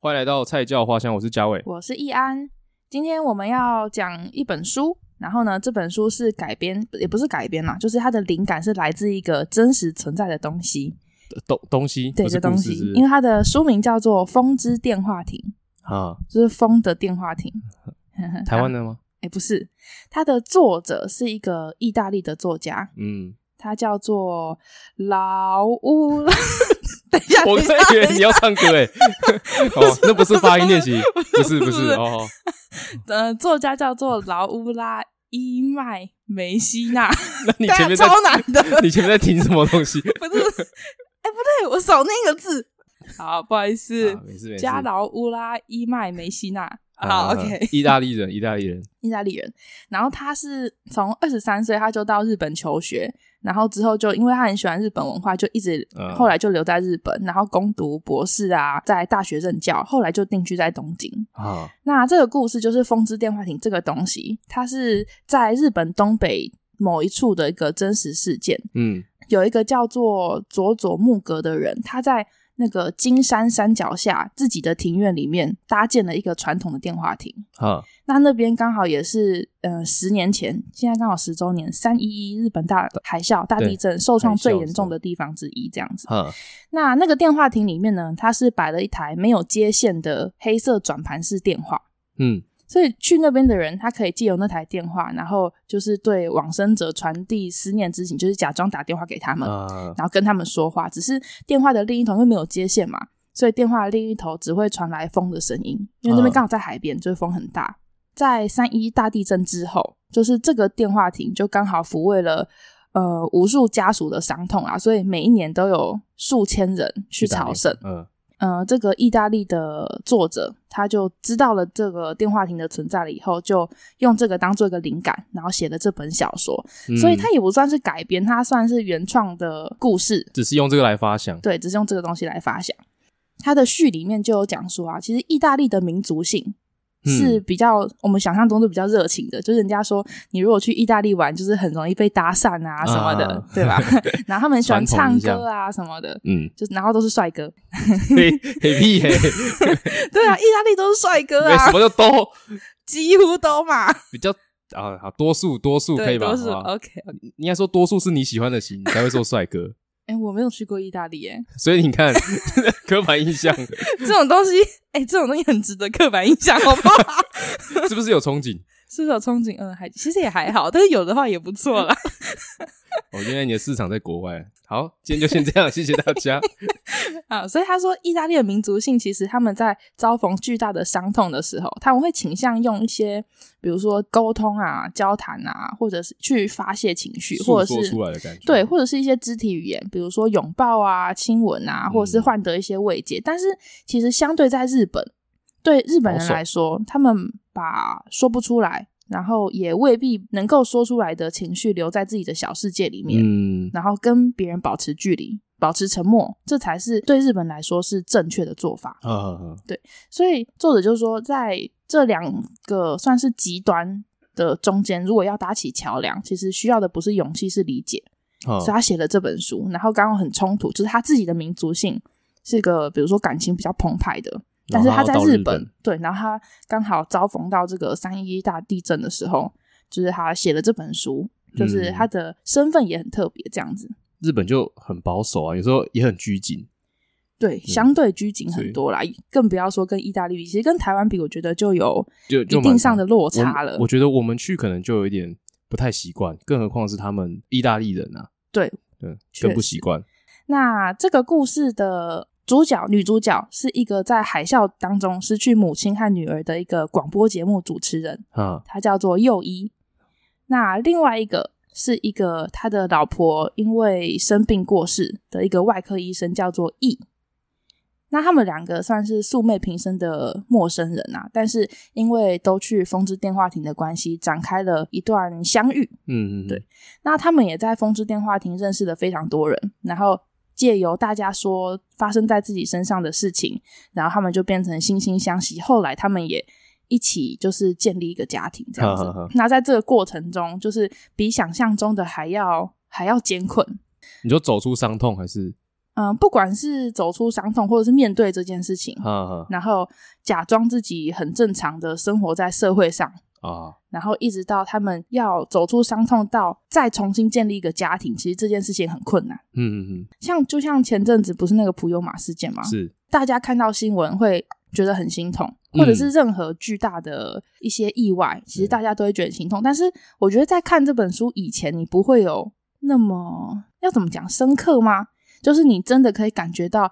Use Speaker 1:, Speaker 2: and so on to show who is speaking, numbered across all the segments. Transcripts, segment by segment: Speaker 1: 欢迎来到菜教花香，我是嘉伟。
Speaker 2: 我是易安。今天我们要讲一本书，然后呢，这本书是改编，也不是改编啦，就是它的灵感是来自一个真实存在的东西。
Speaker 1: 呃东东西，
Speaker 2: 对，
Speaker 1: 不是
Speaker 2: 这东
Speaker 1: 故事
Speaker 2: 西
Speaker 1: 是，不
Speaker 2: 因
Speaker 1: 是
Speaker 2: 为它的书名叫做《风之电话亭》，
Speaker 1: 啊，
Speaker 2: 就是风的电话亭。
Speaker 1: 台湾的吗？
Speaker 2: 哎，不是，它的作者是一个意大利的作家，
Speaker 1: 嗯，
Speaker 2: 他叫做劳乌。 等一下，
Speaker 1: 我
Speaker 2: 啊等一
Speaker 1: 真
Speaker 2: 下
Speaker 1: 以为你要唱歌 诶。哦，那不是发音练习，不
Speaker 2: 不
Speaker 1: 是
Speaker 2: 是
Speaker 1: 不
Speaker 2: 不
Speaker 1: 是
Speaker 2: 是
Speaker 1: 哦，哦
Speaker 2: 呃，作家叫做劳乌拉伊麦梅西纳，
Speaker 1: 那你前面在，
Speaker 2: 超难的
Speaker 1: 你前面在听什么 东西？
Speaker 2: 不是，哎、不对，我少那个字。 好，不好意思
Speaker 1: 啊，没事没事。
Speaker 2: 加劳乌拉伊麦梅西 纳。
Speaker 1: 啊
Speaker 2: 好
Speaker 1: 啊
Speaker 2: ，OK，
Speaker 1: 意大利人，意大利人，
Speaker 2: 意大利人。然后他是从二十三岁他就到日本求学，然后之后就因为他很喜欢日本文化，就一直、
Speaker 1: 嗯
Speaker 2: 后来就留在日本，然后攻读博士啊，在大学任教，后来就定居在东京。
Speaker 1: 啊，
Speaker 2: 那这个故事就是风之电话亭这个东西，它是在日本东北某一处的一个真实事件。
Speaker 1: 嗯，
Speaker 2: 有一个叫做佐佐木格的人，他在那个金山山脚下自己的庭院里面搭建了一个传统的电话亭。
Speaker 1: 啊，
Speaker 2: 那那边刚好也是，呃，十年前，现在刚好十周年，三一一日本大海啸大地震受创最严重的地方之一，这样子。
Speaker 1: 啊，
Speaker 2: 那那个电话亭里面呢，它是摆了一台没有接线的黑色转盘式电话，
Speaker 1: 嗯，
Speaker 2: 所以去那边的人，他可以借由那台电话，然后就是对往生者传递思念之情，就是假装打电话给他们。
Speaker 1: 啊，
Speaker 2: 然后跟他们说话，只是电话的另一头因为没有接线嘛，所以电话的另一头只会传来风的声音，因为那边
Speaker 1: 嗯
Speaker 2: 刚好在海边，就是风很大。在三一大地震之后，就是这个电话亭就刚好抚慰了呃无数家属的伤痛啊，所以每一年都有数千人去
Speaker 1: 意大利
Speaker 2: 朝圣。
Speaker 1: 嗯，
Speaker 2: 呃，这个意大利的作者他就知道了这个电话亭的存在了以后，就用这个当做一个灵感，然后写了这本小说。
Speaker 1: 嗯
Speaker 2: 所以它也不算是改编，它算是原创的故事，
Speaker 1: 只是用这个来发想，
Speaker 2: 对，只是用这个东西来发想。它的序里面就有讲说啊，其实意大利的民族性
Speaker 1: 嗯
Speaker 2: 是比较、我们想象中是比较热情的，就是人家说你如果去意大利玩，就是很容易被搭讪啊什么的，
Speaker 1: 啊
Speaker 2: 对吧？ 然后他们喜欢
Speaker 1: 传统
Speaker 2: 唱
Speaker 1: 印象
Speaker 2: 歌啊什么的。
Speaker 1: 嗯，
Speaker 2: 就然后都是帅哥，
Speaker 1: 嘿，嘿屁嘿，
Speaker 2: 对啊，意大利都是帅哥
Speaker 1: 没什
Speaker 2: 啊，
Speaker 1: 么就都
Speaker 2: 几乎都嘛，
Speaker 1: 比较啊，好多数多数可以
Speaker 2: 对，
Speaker 1: 吧？
Speaker 2: 都是
Speaker 1: 好吧
Speaker 2: OK。
Speaker 1: 应该说多数是你喜欢的型，你才会说帅哥。
Speaker 2: 哎、我没有去过意大利、哎，
Speaker 1: 所以你看， 刻板印象
Speaker 2: 这种东西，哎、这种东西很值得刻板印象，好不好？
Speaker 1: 是不是有憧憬？
Speaker 2: 是不是有憧憬？嗯，还其实也还好，但是有的话也不错啦。
Speaker 1: 哦，原来你的市场在国外。好，今天就先这样，谢谢大家。
Speaker 2: 啊，所以他说，意大利的民族性其实他们在遭逢巨大的伤痛的时候，他们会倾向用一些，比如说沟通啊、交谈啊，或者是去发泄情绪，或
Speaker 1: 诉
Speaker 2: 者
Speaker 1: 说
Speaker 2: 是
Speaker 1: 出来的感觉，
Speaker 2: 对，或者是一些肢体语言，比如说拥抱啊、亲吻啊，或者是
Speaker 1: 嗯
Speaker 2: 换得一些慰藉。但是其实相对在日本，对日本
Speaker 1: 保
Speaker 2: 人
Speaker 1: 守
Speaker 2: 来说，他们把说不出来，然后也未必能够说出来的情绪留在自己的小世界里面。
Speaker 1: 嗯，
Speaker 2: 然后跟别人保持距离，保持沉默，这才是对日本来说是正确的做法。
Speaker 1: 啊啊，啊
Speaker 2: 所以作者就说，在这两个算是极端的中间，如果要搭起桥梁，其实需要的不是勇气，是理解。
Speaker 1: 啊
Speaker 2: 所以他写了这本书，然后刚好很冲突，就是他自己的民族性是个，比如说感情比较澎湃的，但是
Speaker 1: 然后
Speaker 2: 他
Speaker 1: 他
Speaker 2: 在
Speaker 1: 到日
Speaker 2: 日
Speaker 1: 本
Speaker 2: 对，然后他刚好遭逢到这个三一大地震的时候，就是他写了这本书，就是
Speaker 1: 嗯
Speaker 2: 他的身份也很特别，这样子。
Speaker 1: 日本就很保守啊，有时候也很拘谨。嗯
Speaker 2: 对，相对拘谨很多啦，更不要说跟意大利比，其实跟台湾比，我觉得就有
Speaker 1: 就就
Speaker 2: 一
Speaker 1: 蛮
Speaker 2: 定上的落差
Speaker 1: 我
Speaker 2: 了
Speaker 1: 们我。觉得我们去可能就有一点不太习惯，更何况是他们意大利人啊，
Speaker 2: 对
Speaker 1: 对，
Speaker 2: 确
Speaker 1: 更不习惯。
Speaker 2: 那这个故事的主角、女主角是一个在海啸当中失去母亲和女儿的一个广播节目主持人，
Speaker 1: 啊，
Speaker 2: 她叫做佑一。那另外一个是一个他的老婆因为生病过世的一个外科医生，叫做易。那他们两个算是素昧平生的陌生人啊，但是因为都去风之电话亭的关系，展开了一段相遇。
Speaker 1: 嗯嗯，嗯
Speaker 2: 对，那他们也在风之电话亭认识了非常多人，然后借由大家说发生在自己身上的事情，然后他们就变成惺惺相惜。后来他们也一起就是建立一个家庭这样子。
Speaker 1: 哈哈哈
Speaker 2: 那在这个过程中，就是比想象中的还要还要艰困。
Speaker 1: 你就走出伤痛还是
Speaker 2: 嗯、不管是走出伤痛，或者是面对这件事情，
Speaker 1: 哈
Speaker 2: 然后假装自己很正常的生活在社会上，
Speaker 1: 哈啊，
Speaker 2: 然后一直到他们要走出伤痛，到再重新建立一个家庭，其实这件事情很困难。
Speaker 1: 嗯嗯
Speaker 2: 像就像前阵子不是那个普悠玛事件吗
Speaker 1: 嗯，？是，
Speaker 2: 大家看到新闻会觉得很心痛，
Speaker 1: 嗯
Speaker 2: 或者是任何巨大的一些意外，其实大家都会觉得很心痛。但是我觉得在看这本书以前，你不会有那么要怎么讲深刻吗？就是你真的可以感觉到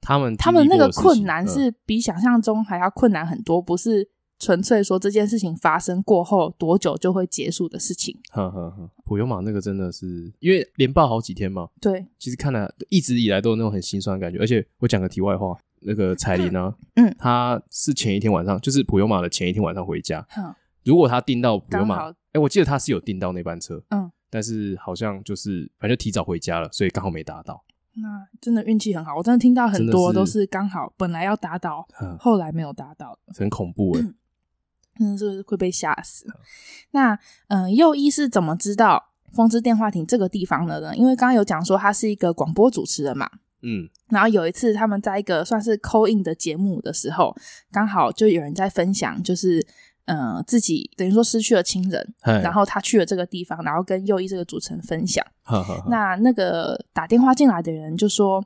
Speaker 1: 他们
Speaker 2: 他
Speaker 1: 经历
Speaker 2: 们那
Speaker 1: 过的
Speaker 2: 个
Speaker 1: 事
Speaker 2: 困
Speaker 1: 情
Speaker 2: 难
Speaker 1: 嗯
Speaker 2: 是比想象中还要困难很多，不是纯粹说这件事情发生过后多久就会结束的事情。
Speaker 1: 哈哈哈，普悠玛那个真的是，因为连报好几天嘛，
Speaker 2: 对，
Speaker 1: 其实看了一直以来都有那种很心酸的感觉。而且我讲个题外话，那个彩铃啊，
Speaker 2: 嗯
Speaker 1: 她是前一天晚上，就是普悠玛的前一天晚上回家。
Speaker 2: 哼，
Speaker 1: 如果她订到普悠
Speaker 2: 刚
Speaker 1: 玛，哎
Speaker 2: 好、
Speaker 1: 我记得她是有订到那班车，
Speaker 2: 嗯，
Speaker 1: 但是好像就是反正就提早回家了，所以刚好没搭到。
Speaker 2: 那真的运气很好，我真的听到很多
Speaker 1: 真的
Speaker 2: 都
Speaker 1: 是
Speaker 2: 是刚好本来要打倒，
Speaker 1: 哼
Speaker 2: 后来没有打倒。
Speaker 1: 嗯很恐怖
Speaker 2: 嗯
Speaker 1: 哎、
Speaker 2: 真的是会被吓死。那嗯、呃右一是怎么知道风之电话亭这个地方的呢？因为刚刚有讲说他是一个广播主持人嘛。
Speaker 1: 嗯，
Speaker 2: 然后有一次，他们在一个算是 call in 的节目的时候，刚好就有人在分享，就是嗯、呃自己等于说失去了亲人，
Speaker 1: 嗨
Speaker 2: 然后他去了这个地方，然后跟右一这个主持人分享。
Speaker 1: 哈哈哈
Speaker 2: 那那个打电话进来的人就说，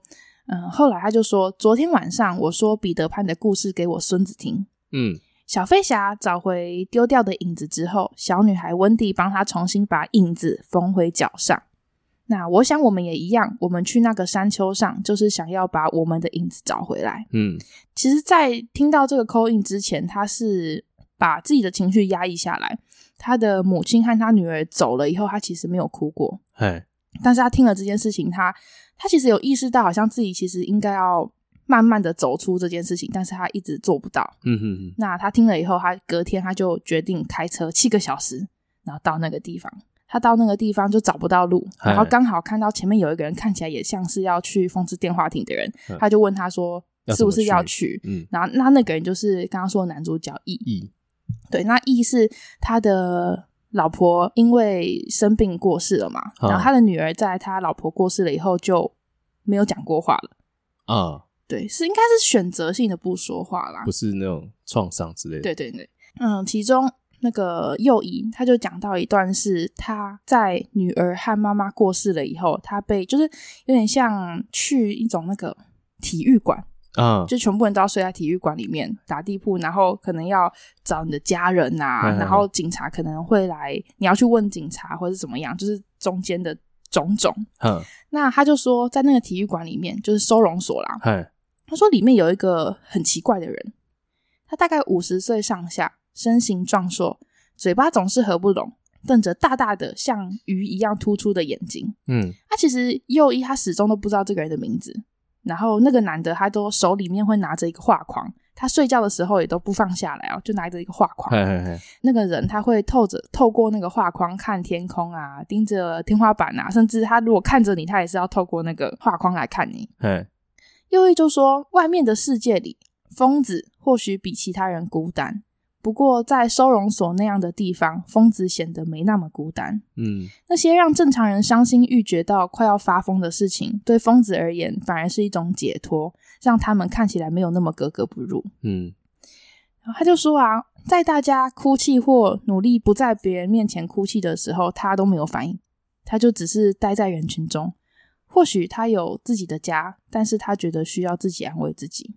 Speaker 2: 嗯、后来他就说，昨天晚上我说彼得潘的故事给我孙子听，
Speaker 1: 嗯
Speaker 2: 小飞侠找回丢掉的影子之后，小女孩温蒂帮她重新把影子缝回脚上。那我想我们也一样，我们去那个山丘上，就是想要把我们的影子找回来。
Speaker 1: 嗯
Speaker 2: 其实，在听到这个 call in 之前，他是把自己的情绪压抑下来。他的母亲和他女儿走了以后，他其实没有哭过，
Speaker 1: 嗨
Speaker 2: 但是他听了这件事情，他他其实有意识到，好像自己其实应该要慢慢的走出这件事情，但是他一直做不到。
Speaker 1: 嗯嗯嗯
Speaker 2: 那他听了以后，他隔天他就决定开车七个小时，然后到那个地方。他到那个地方就找不到路，
Speaker 1: 嗨
Speaker 2: 然后刚好看到前面有一个人看起来也像是要去风之电话亭的人
Speaker 1: 嗯，
Speaker 2: 他就问他说
Speaker 1: 要
Speaker 2: 是不是
Speaker 1: 怎么 E
Speaker 2: 要去？
Speaker 1: 嗯
Speaker 2: 然后那那个人就是刚刚说的男主角义，
Speaker 1: 一
Speaker 2: 对，那义是他的老婆因为生病过世了嘛，
Speaker 1: 嗯
Speaker 2: 然后他的女儿在他老婆过世了以后就没有讲过话了，
Speaker 1: 啊，
Speaker 2: 对，是应该是选择性的不说话啦，
Speaker 1: 不是那种创伤之类的。
Speaker 2: 对对对，嗯，其中那个右仪他就讲到一段是他在女儿和妈妈过世了以后，他被就是有点像去一种那个体育馆，
Speaker 1: 啊，
Speaker 2: 就全部人都要睡在体育馆里面打地铺，然后可能要找你的家人呐、
Speaker 1: 嗯嗯嗯
Speaker 2: 然后警察可能会来，你要去问警察或者是怎么样，就是中间的种种。
Speaker 1: 哼
Speaker 2: 那他就说，在那个体育馆里面就是收容所啦，
Speaker 1: 嗨
Speaker 2: 他说里面有一个很奇怪的人，他大概五十岁上下，身形壮硕，嘴巴总是合不拢，瞪着大大的像鱼一样突出的眼睛。
Speaker 1: 嗯
Speaker 2: 他其实右一他始终都不知道这个人的名字，然后那个男的他都手里面会拿着一个画框，他睡觉的时候也都不放下来哦，就拿着一个画框。
Speaker 1: 嗨嗨嗨
Speaker 2: 那个人他会透着透过那个画框看天空啊，盯着天花板啊，甚至他如果看着你，他也是要透过那个画框来看你。
Speaker 1: 嗨
Speaker 2: 右翼就说，外面的世界里，疯子或许比其他人孤单，不过在收容所那样的地方，疯子显得没那么孤单。
Speaker 1: 嗯
Speaker 2: 那些让正常人伤心欲绝到快要发疯的事情，对疯子而言反而是一种解脱，让他们看起来没有那么格格不入。
Speaker 1: 嗯
Speaker 2: 然后他就说啊，在大家哭泣或努力不在别人面前哭泣的时候，他都没有反应，他就只是待在人群中。或许他有自己的家，但是他觉得需要自己安慰自己。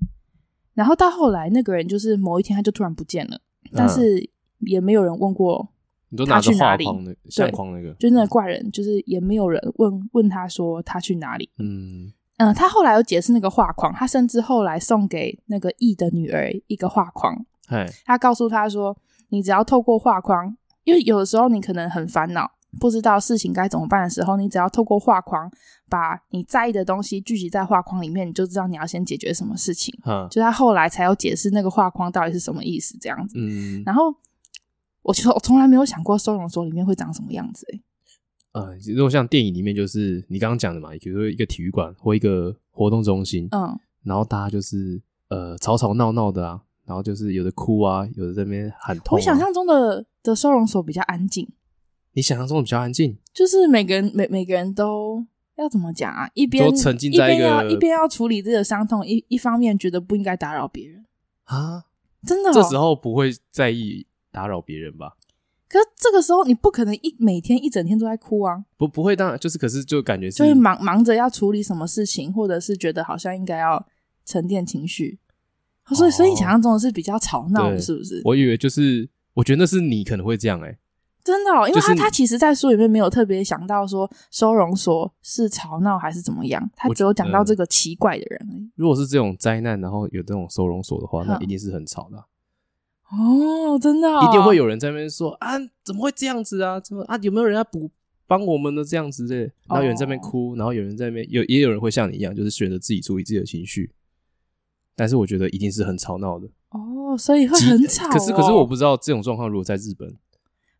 Speaker 2: 然后到后来，那个人就是某一天他就突然不见了，但是也没有人问过，
Speaker 1: 你都拿着
Speaker 2: 他去哪
Speaker 1: 画
Speaker 2: 里
Speaker 1: 框的相框那个，
Speaker 2: 就那个怪人，就是也没有人问问他说他去哪里。
Speaker 1: 嗯
Speaker 2: 嗯、他后来有解释那个画框，他甚至后来送给那个 E 的女儿一个画框，
Speaker 1: 嗨
Speaker 2: 他告诉他说，你只要透过画框，因为有的时候你可能很烦恼，不知道事情该怎么办的时候，你只要透过画框，把你在意的东西聚集在画框里面，你就知道你要先解决什么事情。
Speaker 1: 哈
Speaker 2: 就他后来才有解释那个画框到底是什么意思，这样子。
Speaker 1: 嗯
Speaker 2: 然后我其实我从来没有想过收容所里面会长什么样子、欸
Speaker 1: 呃，如果像电影里面就是你刚刚讲的嘛，比如说一个体育馆或一个活动中心，
Speaker 2: 嗯，
Speaker 1: 然后大家就是呃吵吵闹闹的啊，然后就是有的哭啊，有的在那边喊痛、啊。
Speaker 2: 我想象中的的收容所比较安静，
Speaker 1: 你想象中的比较安静，
Speaker 2: 就是每个人每每个人都。要怎么讲啊？一边
Speaker 1: 都沉浸在
Speaker 2: 一
Speaker 1: 一
Speaker 2: 边要
Speaker 1: 个
Speaker 2: 一边要处理自己的伤痛，一一方面觉得不应该打扰别人，
Speaker 1: 啊，
Speaker 2: 真的、哦。
Speaker 1: 这时候不会在意打扰别人吧？
Speaker 2: 可是这个时候你不可能一每天一整天都在哭啊，
Speaker 1: 不不会，当然就是，可是就感觉是
Speaker 2: 就是忙忙着要处理什么事情，或者是觉得好像应该要沉淀情绪。所以，所以你
Speaker 1: 哦
Speaker 2: 想象中的是比较吵闹，
Speaker 1: 对
Speaker 2: 是不是？
Speaker 1: 我以为就是，我觉得那是你可能会这样哎、
Speaker 2: 真的、哦，因为
Speaker 1: 就
Speaker 2: 他
Speaker 1: 是
Speaker 2: 他其实，在书里面没有特别想到说收容所是吵闹还是怎么样，他
Speaker 1: 我
Speaker 2: 只有讲到
Speaker 1: 嗯
Speaker 2: 这个奇怪的人而已。
Speaker 1: 如果是这种灾难，然后有这种收容所的话，那
Speaker 2: 哼
Speaker 1: 一定是很吵的啊、
Speaker 2: 哦，真的、哦，
Speaker 1: 一定会有人在那边说啊，怎么会这样子啊？怎么啊？有没有人要补帮我们的这样子的？然后有人在那
Speaker 2: 哦
Speaker 1: 边哭，然后有人在那边有，也有人会像你一样，就是选择自己处理自己的情绪。但是我觉得一定是很吵闹的，
Speaker 2: 哦，所以会
Speaker 1: 极
Speaker 2: 很吵哦、
Speaker 1: 可是可是我不知道这种状况如果在日本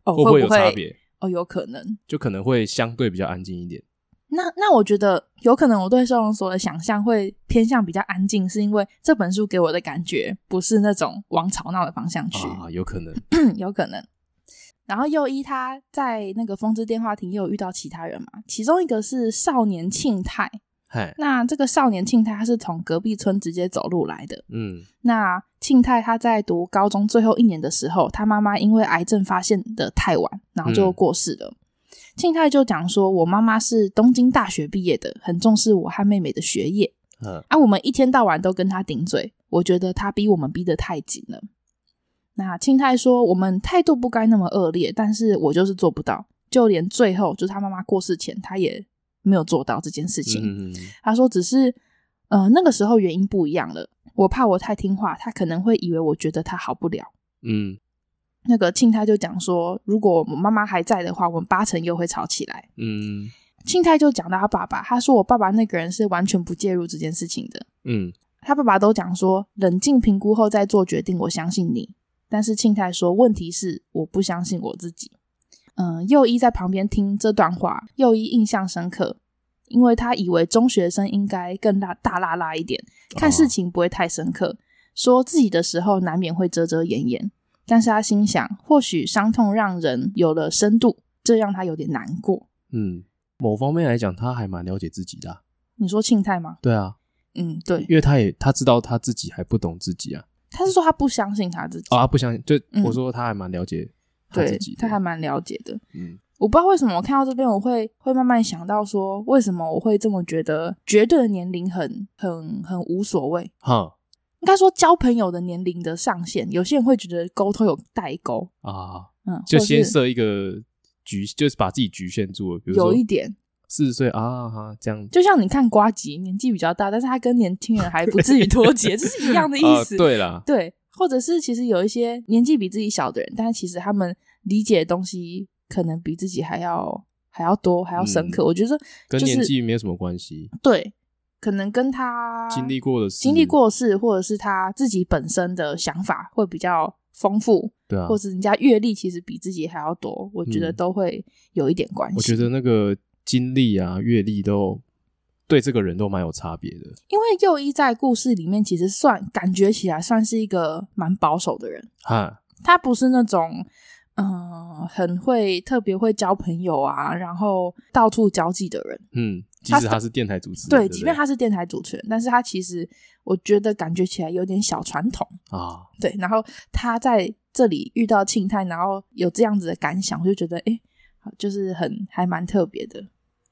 Speaker 2: 哦
Speaker 1: 会
Speaker 2: 不
Speaker 1: 有差别，
Speaker 2: 哦，有可能。
Speaker 1: 就可能会相对比较安静一点。
Speaker 2: 那那我觉得有可能我对收容所的想象会偏向比较安静，是因为这本书给我的感觉不是那种往吵闹的方向去，嗯
Speaker 1: 啊，有可能
Speaker 2: 有可能。然后佑一他在那个风之电话亭也有遇到其他人嘛，其中一个是少年庆太，
Speaker 1: 嗨，
Speaker 2: 那这个少年庆太他是从隔壁村直接走路来的。
Speaker 1: 嗯，
Speaker 2: 那庆太他在读高中最后一年的时候，他妈妈因为癌症发现的太晚，然后就过世了。庆太就讲说，我妈妈是东京大学毕业的，很重视我和妹妹的学业。
Speaker 1: 嗯
Speaker 2: 啊，我们一天到晚都跟她顶嘴，我觉得她逼我们逼得太紧了。那庆太说，我们态度不该那么恶劣，但是我就是做不到，就连最后就是他妈妈过世前，他也没有做到这件事情。
Speaker 1: 嗯，
Speaker 2: 他说只是，呃，那个时候原因不一样了。我怕我太听话，他可能会以为我觉得他好不了。
Speaker 1: 嗯
Speaker 2: 那个庆太就讲说，如果我妈妈还在的话，我们八成又会吵起来。
Speaker 1: 嗯
Speaker 2: 庆太就讲到他爸爸，他说我爸爸那个人是完全不介入这件事情的。
Speaker 1: 嗯，
Speaker 2: 他爸爸都讲说，冷静评估后再做决定，我相信你。但是庆太说，问题是我不相信我自己。嗯，佑一在旁边听这段话，佑一印象深刻，因为他以为中学生应该更大大啦啦一点，看
Speaker 1: 哦
Speaker 2: 事情不会太深刻，说自己的时候难免会遮遮掩掩。但是他心想，或许伤痛让人有了深度，这让他有点难过。
Speaker 1: 嗯，某方面来讲，他还蛮了解自己的啊、
Speaker 2: 你说庆太吗？
Speaker 1: 对啊，
Speaker 2: 嗯，对，
Speaker 1: 因为他也他知道他自己还不懂自己啊，
Speaker 2: 他是说他不相信他自己，
Speaker 1: 啊、他不相信，就、
Speaker 2: 嗯
Speaker 1: 我说他还蛮了解他自
Speaker 2: 对
Speaker 1: 己的，
Speaker 2: 他还蛮了解的。
Speaker 1: 嗯
Speaker 2: 我不知道为什么我看到这边，我会会慢慢想到说，为什么我会这么觉得绝对的年龄很很很无所谓？
Speaker 1: 哈
Speaker 2: 应该说交朋友的年龄的上限，有些人会觉得沟通有代沟，
Speaker 1: 啊，
Speaker 2: 嗯，
Speaker 1: 就
Speaker 2: 或
Speaker 1: 先
Speaker 2: 是
Speaker 1: 设一个局，就是把自己局限住了，比如
Speaker 2: 有
Speaker 1: 说
Speaker 2: 一点，
Speaker 1: 四十岁啊哈这样
Speaker 2: 就像你看瓜吉年纪比较大，但是他跟年轻人还不至于脱节，这是一样的意思。
Speaker 1: 啊、对啦，
Speaker 2: 对，或者是其实有一些年纪比自己小的人，但是其实他们理解的东西可能比自己还要还要多，还要深刻。我觉得
Speaker 1: 嗯 跟
Speaker 2: 就是
Speaker 1: 年纪没有什么关系，
Speaker 2: 对，可能跟他
Speaker 1: 经历嗯过的事，
Speaker 2: 啊经历过的事，或者是他自己本身的想法会比较丰富，
Speaker 1: 对啊，
Speaker 2: 或者人家阅历其实比自己还要多，我觉得
Speaker 1: 嗯
Speaker 2: 都会有一点关系。
Speaker 1: 我觉得那个经历啊阅历都对这个人都蛮有差别的
Speaker 2: 因为佑一在故事里面其实算感觉起来算是一个蛮保守的人，
Speaker 1: 哈，
Speaker 2: 他不是那种。嗯，很会特别会交朋友啊，然后到处交际的人。
Speaker 1: 嗯，即
Speaker 2: 他
Speaker 1: 使
Speaker 2: 是
Speaker 1: 他是电台主持人，
Speaker 2: 对，
Speaker 1: 不
Speaker 2: 即便他是电台主持人，但是他其实我觉得感觉起来有点小传统。
Speaker 1: 啊，
Speaker 2: 对，然后他在这里遇到庆太，然后有这样子的感想，我就觉得诶，就是很还蛮特别的。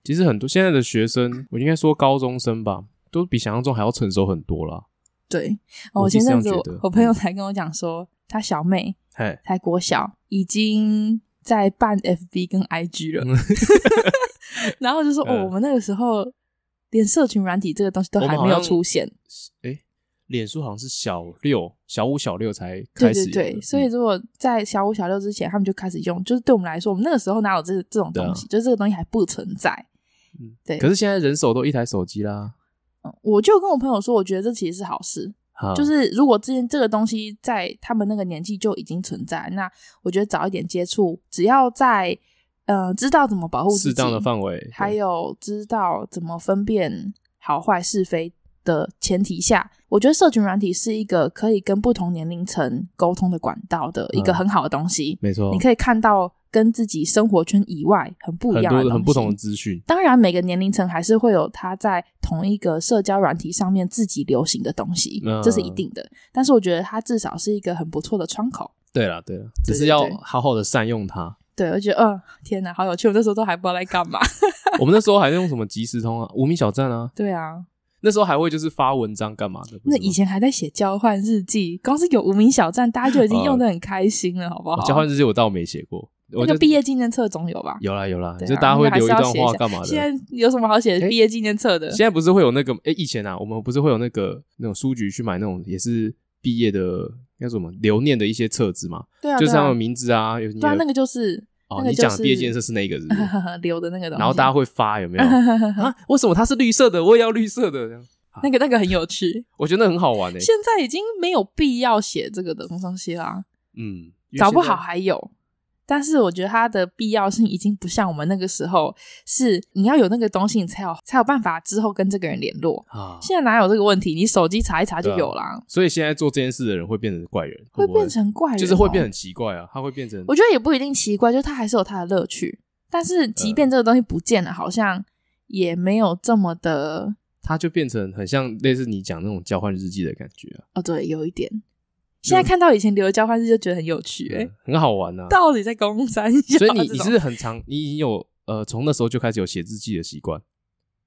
Speaker 1: 其实很多现在的学生，我应该说高中生吧，都比想象中还要成熟很多啦。
Speaker 2: 对，
Speaker 1: 我
Speaker 2: 哦
Speaker 1: 自己
Speaker 2: 前
Speaker 1: 是这样
Speaker 2: 阵子
Speaker 1: 觉
Speaker 2: 我
Speaker 1: 得嗯
Speaker 2: 我朋友才跟我讲说，他小妹
Speaker 1: 嘿，
Speaker 2: 才国小，已经在办 FB 跟 IG 了， 然后就说
Speaker 1: 嗯
Speaker 2: 哦，我们那个时候连社群软体这个东西都
Speaker 1: 我们
Speaker 2: 还
Speaker 1: 好
Speaker 2: 没有
Speaker 1: 像
Speaker 2: 出现。
Speaker 1: 诶，脸书好像是小六、小五、小六才
Speaker 2: 对
Speaker 1: 开始有
Speaker 2: 对
Speaker 1: 的，
Speaker 2: 对，所以
Speaker 1: 嗯
Speaker 2: 如果在小五、小六之前，他们就开始用，就是对我们来说，我们那个时候哪有这这种
Speaker 1: 对啊
Speaker 2: 东西，就是这个东西还不存在。
Speaker 1: 嗯
Speaker 2: 对
Speaker 1: 可是现在人手都一台手机啦，
Speaker 2: 嗯我就跟我朋友说，我觉得这其实是好事，
Speaker 1: 哈，
Speaker 2: 就是如果之前这个东西在他们那个年纪就已经存在，那我觉得早一点接触，只要在呃知道怎么保护自己，
Speaker 1: 适当的范围，
Speaker 2: 还
Speaker 1: 对
Speaker 2: 有知道怎么分辨好坏是非的前提下，我觉得社群软体是一个可以跟不同年龄层沟通的管道的一个
Speaker 1: 嗯
Speaker 2: 很好的东西。
Speaker 1: 没错，
Speaker 2: 你可以看到跟自己生活圈以外很不一
Speaker 1: 很
Speaker 2: 样
Speaker 1: 多
Speaker 2: 的
Speaker 1: 的很不
Speaker 2: 东西
Speaker 1: 同的资讯，
Speaker 2: 当然，每个年龄层还是会有他在同一个社交软体上面自己流行的东西，
Speaker 1: 嗯
Speaker 2: 这是一定的。但是我觉得它至少是一个很不错的窗口。
Speaker 1: 对了对了，只
Speaker 2: 对
Speaker 1: 是
Speaker 2: 对
Speaker 1: 要
Speaker 2: 对
Speaker 1: 好好的善用它。
Speaker 2: 对，我觉得，嗯，天哪，好有趣！我那时候都还不知道在干嘛。
Speaker 1: 我们那时候还在用什么即时通啊、无名小站啊，
Speaker 2: 对啊，那
Speaker 1: 那时候还会就是发文章干嘛的。不是
Speaker 2: 那
Speaker 1: 吗
Speaker 2: 以前还在写交换日记，光是有无名小站，大家就已经
Speaker 1: 哦
Speaker 2: 用的很开心了，好不好？
Speaker 1: 哦交换日记我倒没写过，我
Speaker 2: 那
Speaker 1: 就
Speaker 2: 个毕业纪念册总有吧？
Speaker 1: 有啦有啦，
Speaker 2: 对啊
Speaker 1: 就大家会留一段
Speaker 2: 那个还是
Speaker 1: 话
Speaker 2: 要写一下
Speaker 1: 干嘛的。
Speaker 2: 现在有什么好写的
Speaker 1: 诶
Speaker 2: 毕业纪念册的？
Speaker 1: 现在不是会有那个？哎、以前啊，我们不是会有那个那种书局去买那种也是毕业的叫什么留念的一些册子嘛，
Speaker 2: 对啊，
Speaker 1: 就是
Speaker 2: 对
Speaker 1: 他
Speaker 2: 啊
Speaker 1: 们名字啊，有你
Speaker 2: 对啊，
Speaker 1: 的
Speaker 2: 那个就是
Speaker 1: 哦
Speaker 2: 那，个
Speaker 1: 你
Speaker 2: 就
Speaker 1: 讲的
Speaker 2: 是
Speaker 1: 毕业纪念册是那个是 不是？
Speaker 2: 留的那个东西，
Speaker 1: 然后大家会发有没有啊？为什么它是绿色的？我也要绿色的。这样
Speaker 2: 那个那个很有趣。
Speaker 1: 我觉得那很好玩诶、欸
Speaker 2: 现在已经没有必要写这个的东西啦，
Speaker 1: 嗯，因为
Speaker 2: 搞不
Speaker 1: 现在
Speaker 2: 好还有。但是我觉得它的必要性已经不像我们那个时候，是你要有那个东西，你才有才有办法之后跟这个人联络。
Speaker 1: 啊，
Speaker 2: 现在哪有这个问题？你手机查一查就
Speaker 1: 对啊
Speaker 2: 有啦，
Speaker 1: 所以现在做这件事的人会变成怪人，
Speaker 2: 会
Speaker 1: 不会
Speaker 2: 变成怪人、哦
Speaker 1: 就是会变。很奇怪啊，他会变成
Speaker 2: 我觉得也不一定奇怪，就它还是有它的乐趣。但是即
Speaker 1: 嗯
Speaker 2: 便这个东西不见了，好像也没有这么的
Speaker 1: 他就变成很像类似你讲那种交换日记的感觉啊，
Speaker 2: 哦，对，有一点。现在看到以前留的交换日记就觉得很有趣、欸，哎、
Speaker 1: 嗯很好玩啊。
Speaker 2: 到底在公山 小这
Speaker 1: 所
Speaker 2: 种？
Speaker 1: 以你你是很长，你已经有呃从那时候就开始有写日记的习惯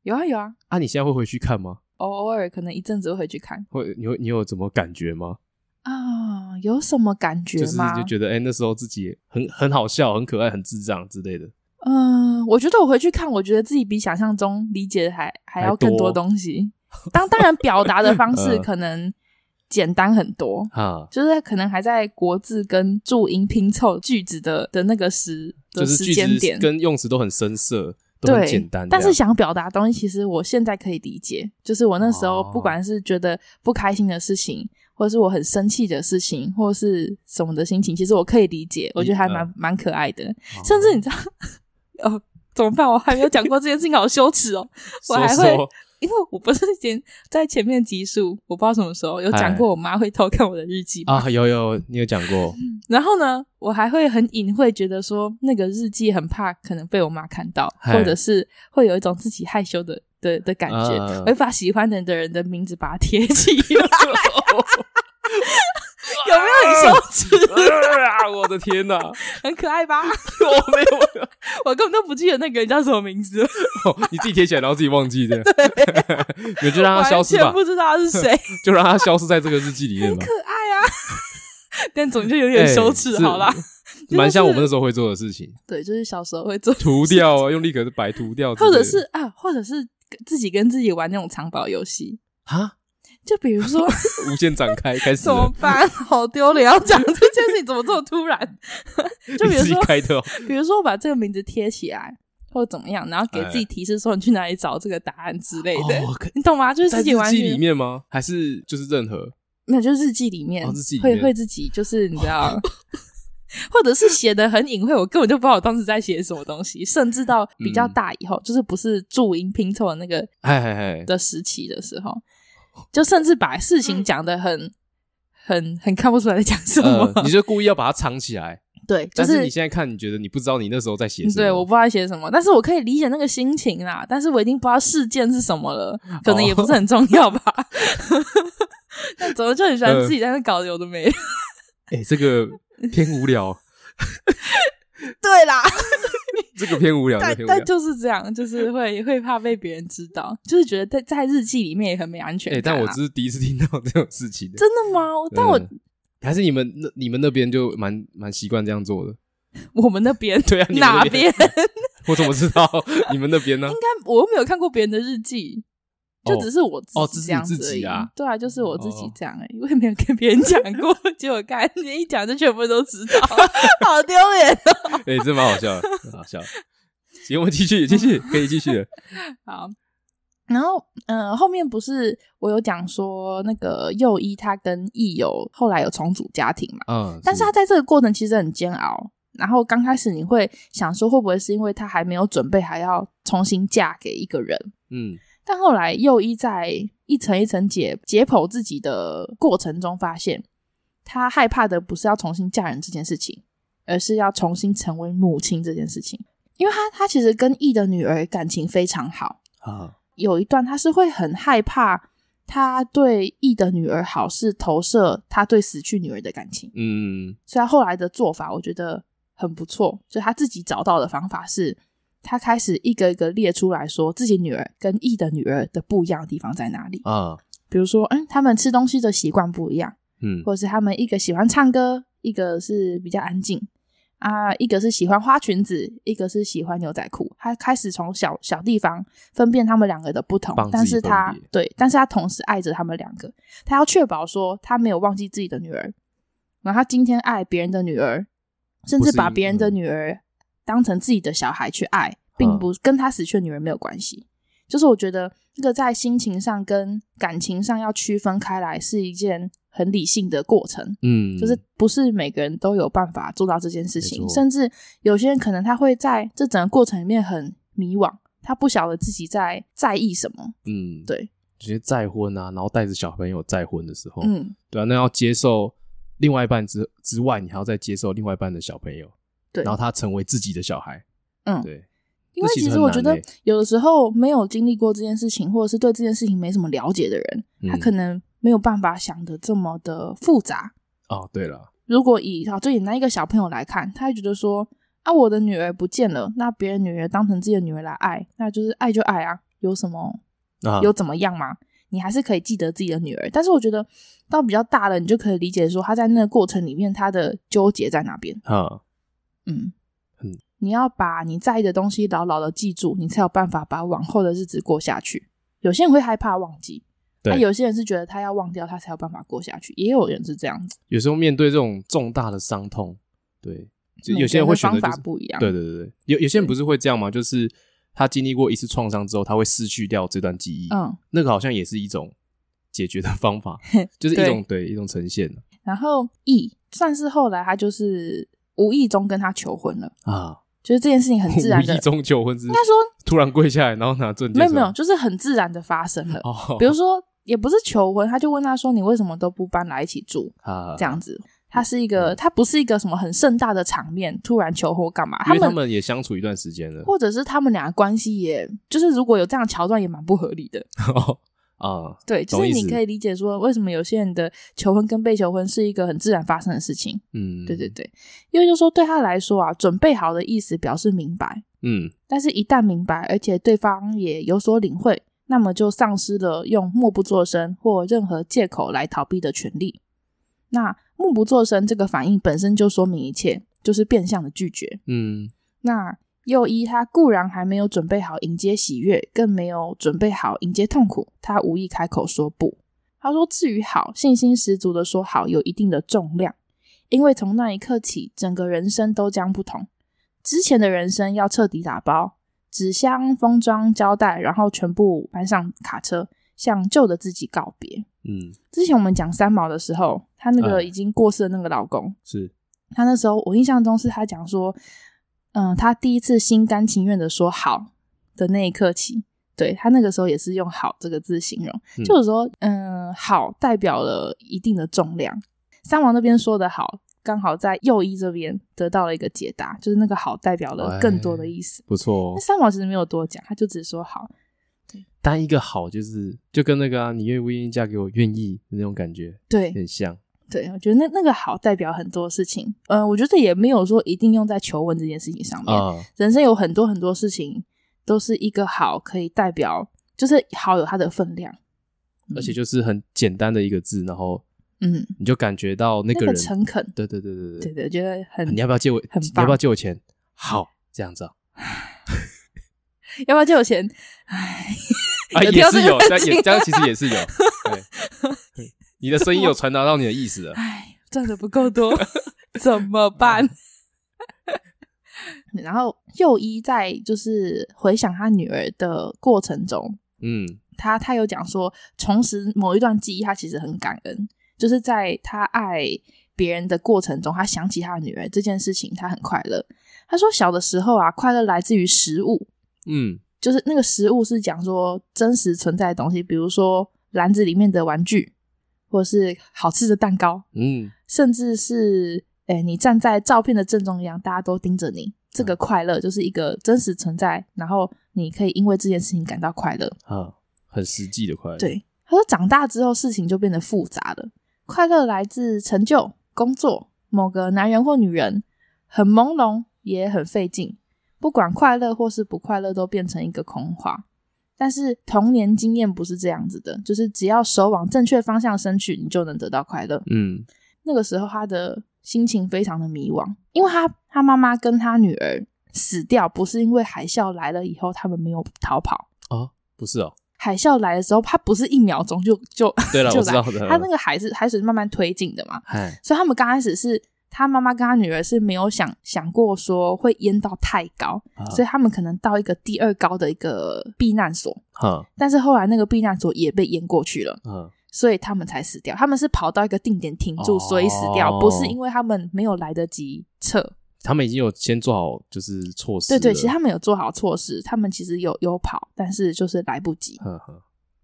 Speaker 2: 有啊有啊，
Speaker 1: 啊？你现在会回去看吗？
Speaker 2: 偶尔可能一阵子会回去看
Speaker 1: 会你会你有怎么感觉吗？
Speaker 2: 啊，有什么感觉
Speaker 1: 就是
Speaker 2: 吗？
Speaker 1: 就觉得哎、那时候自己很很好笑、很可爱、很智障之类的。
Speaker 2: 嗯，我觉得我回去看，我觉得自己比想象中理解的还还要
Speaker 1: 还多
Speaker 2: 更多东西。当当然，表达的方式
Speaker 1: 嗯
Speaker 2: 可能简单很多，
Speaker 1: 哈，
Speaker 2: 就是可能还在国字跟注音拼凑句子的的那个时
Speaker 1: 就
Speaker 2: 的
Speaker 1: 是
Speaker 2: 时
Speaker 1: 句
Speaker 2: 间
Speaker 1: 子
Speaker 2: 点。
Speaker 1: 跟用词都很深涩，都很
Speaker 2: 对，
Speaker 1: 简单这样。
Speaker 2: 但是想表达的东西，其实我现在可以理解。就是我那时候，
Speaker 1: 哦
Speaker 2: 不管是觉得不开心的事情，或者是我很生气的事情，或者是什么的心情，其实我可以理解。我觉得还蛮、
Speaker 1: 嗯
Speaker 2: 蛮可爱的。
Speaker 1: 哦
Speaker 2: 甚至你知道，哦，怎么办？我还没有讲过这件事情，好羞耻哦！我还
Speaker 1: 说说
Speaker 2: 会因为我不是以前在前面集数，我不知道什么时候有讲过，我妈会偷看我的日记嘛。
Speaker 1: 哎啊，有有，你有讲 过，
Speaker 2: 然后呢，我还会很隐晦觉得说，那个日记很怕可能被我妈看到，
Speaker 1: 嗨
Speaker 2: 或者是会有一种自己害羞的的的感觉，
Speaker 1: 啊
Speaker 2: 我会把喜欢的的人的名字把它贴 起来，有没有很羞耻？
Speaker 1: 啊！我的天哪，我
Speaker 2: 很可爱吧？
Speaker 1: 没有，
Speaker 2: 我根本都不记得那个人叫什么名字，
Speaker 1: 哦你自己贴起来，然后自己忘记这样，你就让它消
Speaker 2: 完
Speaker 1: 失
Speaker 2: 全
Speaker 1: 吧，
Speaker 2: 不知道他是 谁，
Speaker 1: 就让它消失在这个日记里面吧
Speaker 2: 可。爱啊！但总就有点
Speaker 1: 哎
Speaker 2: 羞耻，
Speaker 1: 是
Speaker 2: 好啦。是
Speaker 1: 蛮像我们那时候会做的事情，
Speaker 2: 对，就是小时候会做，
Speaker 1: 涂掉啊，用立可是白涂掉之类
Speaker 2: 或
Speaker 1: 的，
Speaker 2: 者是啊，或者是自己跟自己玩那种藏宝游戏，
Speaker 1: 啊，
Speaker 2: 就比如说。
Speaker 1: 无限展开开始
Speaker 2: 怎么
Speaker 1: 了，
Speaker 2: 办？好丢脸！要讲这件事情怎么这么突 然？就比
Speaker 1: 你
Speaker 2: 如
Speaker 1: 自己
Speaker 2: 说，
Speaker 1: 开 的哦，
Speaker 2: 比如说我把这个名字贴起来，或者怎么样，然后给自己提示说你去哪里找这个答案之类的，
Speaker 1: 哦可
Speaker 2: 你懂吗？就是
Speaker 1: 在
Speaker 2: 自己
Speaker 1: 日
Speaker 2: 完
Speaker 1: 记
Speaker 2: 全
Speaker 1: 里面吗？还是就是任何？
Speaker 2: 没有，就是日记里面、
Speaker 1: 哦日记里面
Speaker 2: 会会自己就是你知道。 或者是写的很隐晦，我根本就不知道我当时在写什么东西，甚至到比
Speaker 1: 嗯
Speaker 2: 较大以后，就是不是注音拼凑的那个
Speaker 1: 哎哎
Speaker 2: 的时期的时候，就甚至把事
Speaker 1: 嗯
Speaker 2: 情讲的很、很、很看不出来在讲什
Speaker 1: 哎，
Speaker 2: 么。
Speaker 1: 呃，你就故意要把它藏起来，
Speaker 2: 对，就
Speaker 1: 但
Speaker 2: 是
Speaker 1: 是你现在看，你觉得你不知道你那时候在写什么，
Speaker 2: 对，我不知道写什么，但是我可以理解那个心情啦。但是我已经不知道事件是什么了，可能也
Speaker 1: 哦
Speaker 2: 不是很重要吧。 那怎么就很喜欢
Speaker 1: 呃
Speaker 2: 自己在那搞有的没的？
Speaker 1: 哎，这个偏无聊，
Speaker 2: 对啦，
Speaker 1: 这个偏无聊，这个
Speaker 2: 但
Speaker 1: 偏无聊
Speaker 2: 但。就是这样，就是会会怕被别人知道，就是觉得在在日记里面也很没安全
Speaker 1: 哎，
Speaker 2: 感、
Speaker 1: 但
Speaker 2: 啊。
Speaker 1: 我这是第一次听到这种事情的，
Speaker 2: 真的吗？但我、
Speaker 1: 嗯还是你们那你们那边就蛮蛮习惯这样做的，
Speaker 2: 我们那边
Speaker 1: 对啊你们
Speaker 2: 哪
Speaker 1: 那
Speaker 2: 边
Speaker 1: 边？我怎么知道你们那边呢？
Speaker 2: 但我又没有看过别人的日记。就
Speaker 1: 哦
Speaker 2: 只是我自
Speaker 1: 哦
Speaker 2: 己
Speaker 1: 这是
Speaker 2: 这样
Speaker 1: 你自
Speaker 2: 子而
Speaker 1: 己
Speaker 2: 已，
Speaker 1: 啊
Speaker 2: 对啊，就是我自己
Speaker 1: 哦
Speaker 2: 这样而已，我也没有跟别人讲过， 结果刚才一讲就全部都知 道，好丢脸。啊
Speaker 1: 哎，这蛮好笑 的，蛮好笑的。行，我们继续，继续，可以继续了。
Speaker 2: 好，然后呃，后面不是我有讲说那个右一他跟义友后来有重组家庭 嘛，
Speaker 1: 嗯，
Speaker 2: 但是他在这个过程其实很煎熬。然后刚开始你会想说，会不会是因为他还没有准备，还要重新嫁给一个人？
Speaker 1: 嗯，
Speaker 2: 但后来右一在一层一层解解剖自己的过程中，发现他害怕的不是要重新嫁人这件事情，而是要重新成为母亲这件事情。因为他他其实跟 E 的女儿感情非常好，
Speaker 1: 啊，
Speaker 2: 有一段他是会很害怕，他对 E 的女儿好是投射他对死去女儿的感情，
Speaker 1: 嗯，
Speaker 2: 所以他后来的做法我觉得很不错，就他自己找到的方法是，他开始一个一个列出来说自己女儿跟 E 的女儿的不一样的地方在哪里，
Speaker 1: 啊，
Speaker 2: 比如说，嗯，他们吃东西的习惯不一样。
Speaker 1: 嗯，
Speaker 2: 或者是他们一个喜欢唱歌，一个是比较安静啊，一个是喜欢花裙子，一个是喜欢牛仔裤。他开始从小小地方分辨他们两个的不同
Speaker 1: 帮，自己
Speaker 2: 但是他
Speaker 1: 分别
Speaker 2: 对，但是他同时爱着他们两个，他要确保说他没有忘记自己的女儿，然后他今天爱别人的女儿，甚
Speaker 1: 不
Speaker 2: 至
Speaker 1: 是
Speaker 2: 把
Speaker 1: 一
Speaker 2: 别人的
Speaker 1: 嗯
Speaker 2: 女儿当成自己的小孩去爱，并
Speaker 1: 嗯
Speaker 2: 不跟他死去的女儿没有关系。就是我觉得这个在心情上跟感情上要区分开来，是一件很理性的过程。
Speaker 1: 嗯，
Speaker 2: 就是不是每个人都有办法做到这件事
Speaker 1: 没
Speaker 2: 情，
Speaker 1: 错
Speaker 2: 甚至有些人可能他会在这整个过程里面很迷惘，他不晓得自己在在意什么。
Speaker 1: 嗯，
Speaker 2: 对，
Speaker 1: 直接再婚啊，然后带着小朋友再婚的时候，
Speaker 2: 嗯，
Speaker 1: 对啊，那要接受另外一半之之外，你还要再接受另外一半的小朋友，
Speaker 2: 对
Speaker 1: 然，后他成为自己的小孩，
Speaker 2: 嗯
Speaker 1: 对，
Speaker 2: 因为
Speaker 1: 那其
Speaker 2: 其
Speaker 1: 实
Speaker 2: 实
Speaker 1: 很
Speaker 2: 我
Speaker 1: 难
Speaker 2: 觉得
Speaker 1: 欸
Speaker 2: 有的时候没有经历过这件事情，或者是对这件事情没什么了解的人，他
Speaker 1: 嗯
Speaker 2: 可能没有办法想的这么的复杂。
Speaker 1: 哦，对了，
Speaker 2: 如果以好最简单一个小朋友来看，他会觉得说啊，我的女儿不见了，那别人女儿当成自己的女儿来爱，那就是爱就爱啊，有什么
Speaker 1: 啊，
Speaker 2: 有怎么样吗？你还是可以记得自己的女儿，但是我觉得到比较大了，你就可以理解说她在那个过程里面她的纠结在哪边。
Speaker 1: 啊，
Speaker 2: 嗯
Speaker 1: 嗯，
Speaker 2: 你要把你在意的东西牢牢的记住，你才有办法把往后的日子过下去。有些人会害怕忘记，
Speaker 1: 对
Speaker 2: 那有些人是觉得他要忘掉他才有办法过下去，也有人是这样子。
Speaker 1: 有时候面对这种重大的伤痛，对，就
Speaker 2: 每
Speaker 1: 有
Speaker 2: 个
Speaker 1: 些人
Speaker 2: 人
Speaker 1: 会
Speaker 2: 的
Speaker 1: 选择、就
Speaker 2: 方法
Speaker 1: 是，
Speaker 2: 不一样，
Speaker 1: 对对对对，有有些人不是会这样吗？就是他经历过一次创伤之后，他会失去掉这段记忆，
Speaker 2: 嗯。
Speaker 1: 那个好像也是一种解决的方 法，就是一种对一种呈现
Speaker 2: 然后 E 算是后来他就是无意中跟他求婚了，
Speaker 1: 啊，
Speaker 2: 就是这件事情很自然
Speaker 1: 无
Speaker 2: 的，
Speaker 1: 意
Speaker 2: 应
Speaker 1: 中求婚是
Speaker 2: 该说
Speaker 1: 突然跪下来，然后拿证件，
Speaker 2: 没有没有，，就是很自然的发生了。
Speaker 1: 哦，
Speaker 2: 比如说，也不是求婚，他就问他说：“你为什么都不搬来一起住
Speaker 1: 啊？”嗯
Speaker 2: 这，样子，他是一个，他不是一个什么很盛大的场面，突然求婚干嘛？
Speaker 1: 因为他
Speaker 2: 们
Speaker 1: 们也相处一段时间了，
Speaker 2: 或者是他们俩的关系也，就是如果有这样的桥段，也蛮不合理的。
Speaker 1: 啊，
Speaker 2: 对，就
Speaker 1: 懂
Speaker 2: 是
Speaker 1: 意
Speaker 2: 你
Speaker 1: 思
Speaker 2: 可以理解说，为什么有些人的求婚跟被求婚是一个很自然发生的事情。
Speaker 1: 嗯，
Speaker 2: 对对，对，因为就说对他来说啊，准备好的意思表示明白，
Speaker 1: 嗯，
Speaker 2: 但是，一旦明白，而且对方也有所领会，那么就丧失了用默不作声或任何借口来逃避的权利。那默不作声这个反应本身就说明一切，就是变相的拒绝。
Speaker 1: 嗯，
Speaker 2: 那右一他固然还没有准备好迎接喜悦，更没有准备好迎接痛苦，他无意开口说不。他说：“至于好，信心十足的说好，有一定的重量，因为从那一刻起，整个人生都将不同。之前的人生要彻底打包，纸箱封装胶带，然后全部搬上卡车，向旧的自己告别。
Speaker 1: 嗯，
Speaker 2: 之前我们讲三毛的时候，她那个
Speaker 1: 嗯
Speaker 2: 已经过世的那个老公，
Speaker 1: 是，
Speaker 2: 他那时候我印象中是他讲说，嗯，他第一次心甘情愿的说好的那一刻起，对他那个时候也是用“好”这个字形容，
Speaker 1: 嗯
Speaker 2: 就是说，嗯，好代表了一定的重量。三王那边说的好，刚好在右一这边得到了一个解答，就是那个好代表了更多的意思。
Speaker 1: 不错
Speaker 2: 那
Speaker 1: 哦，
Speaker 2: 三王其实没有多讲，他就只说好，
Speaker 1: 但一个好就是就跟那个啊，你愿不愿意嫁给我，愿意的那种感觉
Speaker 2: 对
Speaker 1: 很像，
Speaker 2: 对，我觉得那那个好代表很多事情。嗯，我觉得也没有说一定用在求婚这件事情上面，
Speaker 1: 啊，
Speaker 2: 人生有很多很多事情都是一个好可以代表，就是好有它的分量，嗯
Speaker 1: 而且就是很简单的一个字，然后
Speaker 2: 嗯，
Speaker 1: 你就感觉到那
Speaker 2: 那
Speaker 1: 个人，
Speaker 2: 诚恳，
Speaker 1: 对对对对啊
Speaker 2: 对对，觉得很
Speaker 1: 你要不要借我？
Speaker 2: 很
Speaker 1: 你
Speaker 2: 棒
Speaker 1: 要不要借我钱？好，这样子 啊，
Speaker 2: 要不要借我钱？唉，
Speaker 1: 啊也
Speaker 2: 有听到
Speaker 1: 是
Speaker 2: 这
Speaker 1: 有，
Speaker 2: 个
Speaker 1: 但
Speaker 2: 情
Speaker 1: 也这样其实也是有。对， 你的声音有传达到你的意思了。
Speaker 2: 唉，赚的不 够多，怎么办？
Speaker 1: 啊
Speaker 2: 然后右一在就是回想他女儿的过程中，
Speaker 1: 嗯，
Speaker 2: 他他有讲说，重拾某一段记忆，他其实很感恩，就是在他爱别人的过程中，他想起他的女儿这件事情，他很快乐。他说小的时候啊，快乐来自于食物，
Speaker 1: 嗯，
Speaker 2: 就是那个食物是讲说真实存在的东西，比如说篮子里面的玩具，或是好吃的蛋糕，
Speaker 1: 嗯，
Speaker 2: 甚至是哎，你站在照片的正中央，大家都盯着你，这个快乐就是一个真实存在，然后你可以因为这件事情感到快乐。
Speaker 1: 啊，很实际的快乐。，
Speaker 2: 对，他说长大之后事情就变得复杂了，快乐来自成就、工作、某个男人或女人，很朦胧也很费劲。不管快乐或是不快乐，都变成一个空话。但是童年经验不是这样子的，就是只要手往正确方向伸去，你就能得到快乐。
Speaker 1: 嗯
Speaker 2: 那个时候他的心情非常的迷惘，因为他他妈妈跟他女儿死掉，不是因为海啸来了以后他们没有逃跑，
Speaker 1: 啊，不是哦。
Speaker 2: 海啸来的时候，它不是一秒钟就就
Speaker 1: 对了，
Speaker 2: 就
Speaker 1: 我知
Speaker 2: 来
Speaker 1: 道，的。
Speaker 2: 它那个海是海水是慢慢推进的嘛，
Speaker 1: 嗨，
Speaker 2: 所以他们刚开始是他妈妈跟他女儿是没有想想过说会淹到太高，
Speaker 1: 啊
Speaker 2: 所以他们可能到一个第二高的一个避难所，
Speaker 1: 哈
Speaker 2: 但是后来那个避难所也被淹过去了，
Speaker 1: 嗯
Speaker 2: 所以他们才死掉。他们是跑到一个定点停住，
Speaker 1: 哦
Speaker 2: 所以死掉，不是因为他们没有来得及撤。
Speaker 1: 他们已经有先做好就是措施
Speaker 2: 对
Speaker 1: 了。
Speaker 2: 对，其实他们有做好措施，他们其实有有跑，但是就是来不及。
Speaker 1: 嗯哼，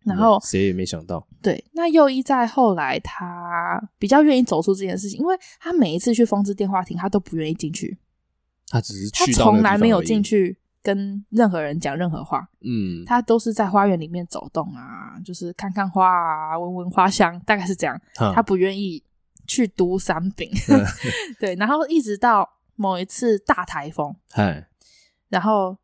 Speaker 2: 然后
Speaker 1: 谁也没想到，
Speaker 2: 对，那右一在后来他比较愿意走出这件事情，因为他每一次去风之电话亭，他都不愿意进去，
Speaker 1: 他只是
Speaker 2: 他
Speaker 1: 去到那
Speaker 2: 从
Speaker 1: 个地
Speaker 2: 来
Speaker 1: 方
Speaker 2: 没有
Speaker 1: 而已
Speaker 2: 进。去跟任何人讲任何话，
Speaker 1: 嗯，
Speaker 2: 他都是在花园里面走动啊，就是看看花啊，闻闻花香，大概是这样。
Speaker 1: 他
Speaker 2: 他不愿意去读三饼
Speaker 1: 嗯，
Speaker 2: 对，然后一直到某一次大台风，
Speaker 1: 嗨
Speaker 2: 然后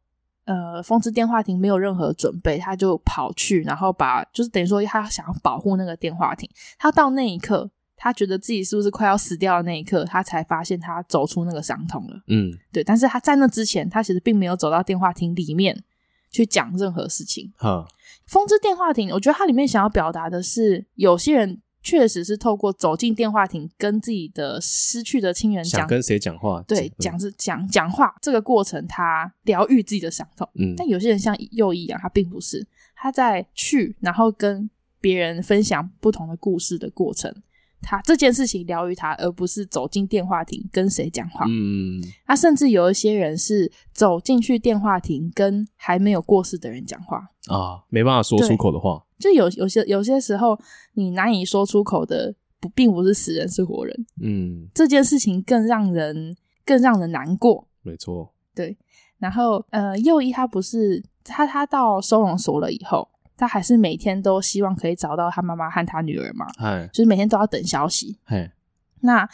Speaker 2: 呃，风之电话亭没有任何准备，他就跑去，然后把就是等于说他想要保护那个电话亭。他到那一刻，他觉得自己是不是快要死掉的那一刻，他才发现他走出那个伤痛了。
Speaker 1: 嗯
Speaker 2: 对，但是他在那之前，他其实并没有走到电话亭里面去讲任何事情。
Speaker 1: 哈
Speaker 2: 风之电话亭，我觉得它里面想要表达的是，有些人确实是透过走进电话亭，跟自己的失去的亲人
Speaker 1: 想
Speaker 2: 讲，
Speaker 1: 跟谁讲话？
Speaker 2: 对
Speaker 1: 嗯
Speaker 2: 讲是讲讲话这个过程，他疗愈自己的伤痛。
Speaker 1: 嗯
Speaker 2: 但有些人像右一样，他并不是，他在去然后跟别人分享不同的故事的过程，他这件事情疗愈他，而不是走进电话亭跟谁讲话。
Speaker 1: 嗯
Speaker 2: 那、甚至有一些人是走进去电话亭跟还没有过世的人讲话，
Speaker 1: 啊，没办法说出口的话，
Speaker 2: 就有有些有些时候你难以说出口的，不并不是死人是活人，
Speaker 1: 嗯，
Speaker 2: 这件事情更让人更让人难过。
Speaker 1: 没错，
Speaker 2: 然后呃，右一他不是他他到收容所了以后，他还是每天都希望可以找到他妈妈和他女儿嘛，
Speaker 1: 嗨
Speaker 2: 就是每天都要等消息。
Speaker 1: 嗨，
Speaker 2: 那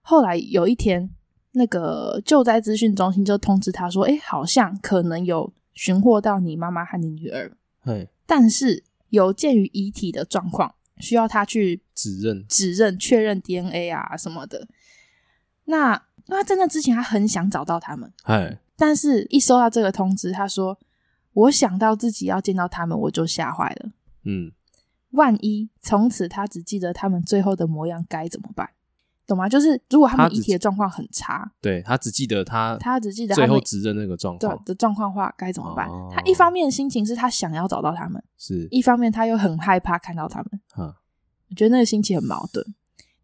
Speaker 2: 后来有一天，那个救灾资讯中心就通知他说，哎，好像可能有寻获到你妈妈和你女儿，
Speaker 1: 嗨，
Speaker 2: 但是有鉴于遗体的状况，需要他去
Speaker 1: 指认
Speaker 2: 指认、确认 DNA 啊什么的。那因为他在那之前，他很想找到他们，
Speaker 1: 嗨
Speaker 2: 但是一收到这个通知，他说：“我想到自己要见到他们，我就吓坏了。
Speaker 1: 嗯
Speaker 2: 万一从此他只记得他们最后的模样，该怎么办？懂吗？就是如果他
Speaker 1: 他
Speaker 2: 们
Speaker 1: 只
Speaker 2: 遗体的状况很差，
Speaker 1: 对他只记得他
Speaker 2: 他只记得他
Speaker 1: 最
Speaker 2: 们
Speaker 1: 后指认那个状
Speaker 2: 对
Speaker 1: 况
Speaker 2: 的状况的话，该怎么办？
Speaker 1: 哦
Speaker 2: 他一方面心情是他想要找到他们，
Speaker 1: 是
Speaker 2: 一方面他又很害怕看到他们。
Speaker 1: 啊
Speaker 2: 我觉得那个心情很矛盾。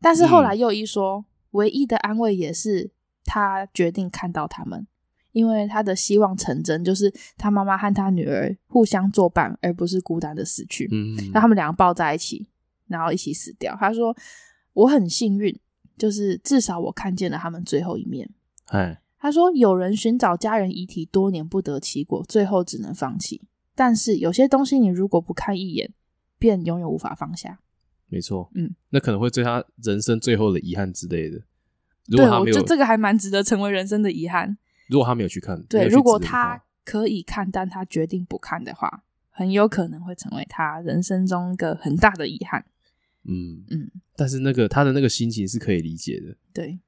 Speaker 2: 但是后来
Speaker 1: 嗯
Speaker 2: 右一说，唯一的安慰也是他决定看到他们，因为他的希望成真，就是他妈妈和他女儿互相作伴，而不是孤单的死去。
Speaker 1: 嗯
Speaker 2: 那、他们两个抱在一起，然后一起死掉。他说：“我很幸运，就是至少我看见了他们最后一面。”
Speaker 1: 嗨
Speaker 2: 他说：“有人寻找家人遗体多年不得其果，最后只能放弃。但是有些东西你如果不看一眼，便永远无法放下。”
Speaker 1: 没错，
Speaker 2: 嗯，
Speaker 1: 那可能会对他人生最后的遗憾之类的。如果
Speaker 2: 对，
Speaker 1: 他
Speaker 2: 我
Speaker 1: 没
Speaker 2: 觉
Speaker 1: 有
Speaker 2: 得，这个还蛮值得成为人生的遗憾。
Speaker 1: 如果他没有去看，没
Speaker 2: 对，
Speaker 1: 有去
Speaker 2: 如果
Speaker 1: 指认他
Speaker 2: 他可以看，但他决定不看的话，很有可能会成为他人生中一个很大的遗憾。
Speaker 1: 嗯
Speaker 2: 嗯，
Speaker 1: 但是那个他的那个心情是可以理解的，
Speaker 2: 对，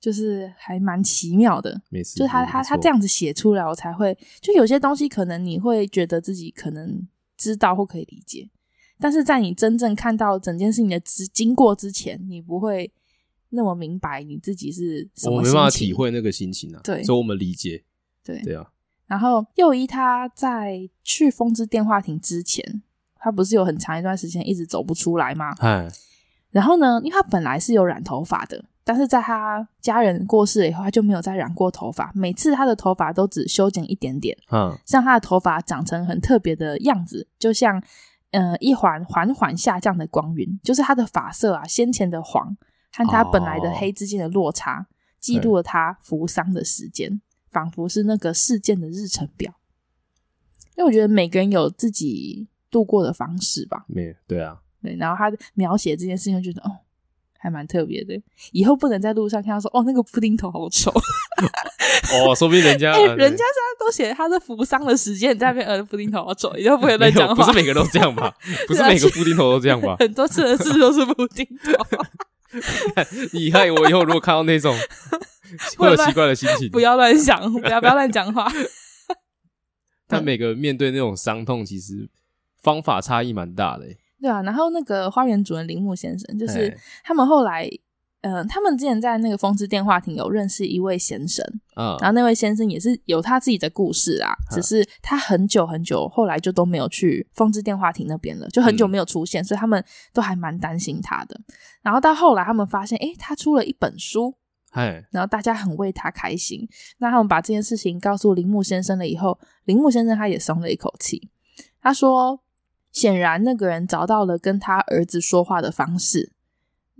Speaker 2: 就是还蛮奇妙的。
Speaker 1: 没事，
Speaker 2: 就他
Speaker 1: 没
Speaker 2: 他他
Speaker 1: 错
Speaker 2: 这样子写出来，我才会就有些东西可能你会觉得自己可能知道或可以理解，但是在你真正看到整件事情的之经过之前，你不会那么明白你自己是什
Speaker 1: 我
Speaker 2: 么
Speaker 1: 没
Speaker 2: 心
Speaker 1: 办法
Speaker 2: 情
Speaker 1: 体会那个心情啊，
Speaker 2: 对
Speaker 1: 所以我们理解，
Speaker 2: 对
Speaker 1: 对啊，
Speaker 2: 然后右一他在去风之电话亭之前，他不是有很长一段时间一直走不出来吗？
Speaker 1: 嗨，
Speaker 2: 然后呢，因为他本来是有染头发的，但是在他家人过世了以后，他就没有再染过头发。每次他的头发都只修剪一点点，
Speaker 1: 嗯
Speaker 2: 让他的头发长成很特别的样子，就像呃一环缓缓下降的光晕，就是他的发色啊，先前的黄和他本来的黑之间的落差，记录了他扶丧的时间，仿佛是那个事件的日程表。因为我觉得每个人有自己度过的方式吧，
Speaker 1: 没对啊，
Speaker 2: 对。然后他描写这件事情，就觉得哦，还蛮特别的。以后不能在路上看到说哦，那个布丁头好丑，
Speaker 1: 哦，说不定 人家、
Speaker 2: 哎、人家现在都写他是扶丧的时间，你在那边呃，布丁头好丑，你就不会
Speaker 1: 没
Speaker 2: 乱
Speaker 1: 有
Speaker 2: 讲
Speaker 1: 不
Speaker 2: 话。啊
Speaker 1: 是每个都这样
Speaker 2: ？
Speaker 1: 吧？不是每个布丁头都这样吧
Speaker 2: 很多次的事都是布丁 头，啊
Speaker 1: 你害我以后如果看到那种， 会有奇怪的心情。
Speaker 2: 不要乱想，不要不要乱 讲话。
Speaker 1: 但每个面对那种伤痛，其实方法差异蛮大的、欸。
Speaker 2: 对啊，然后那个花园主人铃木先生，就是
Speaker 1: 哎
Speaker 2: 他们后来，呃，他们之前在那个风之电话亭有认识一位先生，
Speaker 1: 啊、
Speaker 2: 然后那位先生也是有他自己的故事啊，只是他很久很久后来就都没有去风之电话亭那边了，就很久没有出现，所以他们都还蛮担心他的。然后到后来，他们发现，诶，他出了一本书，
Speaker 1: 哎，
Speaker 2: 然后大家很为他开心。那他们把这件事情告诉铃木先生了以后，铃木先生他也松了一口气。他说，显然那个人找到了跟他儿子说话的方式。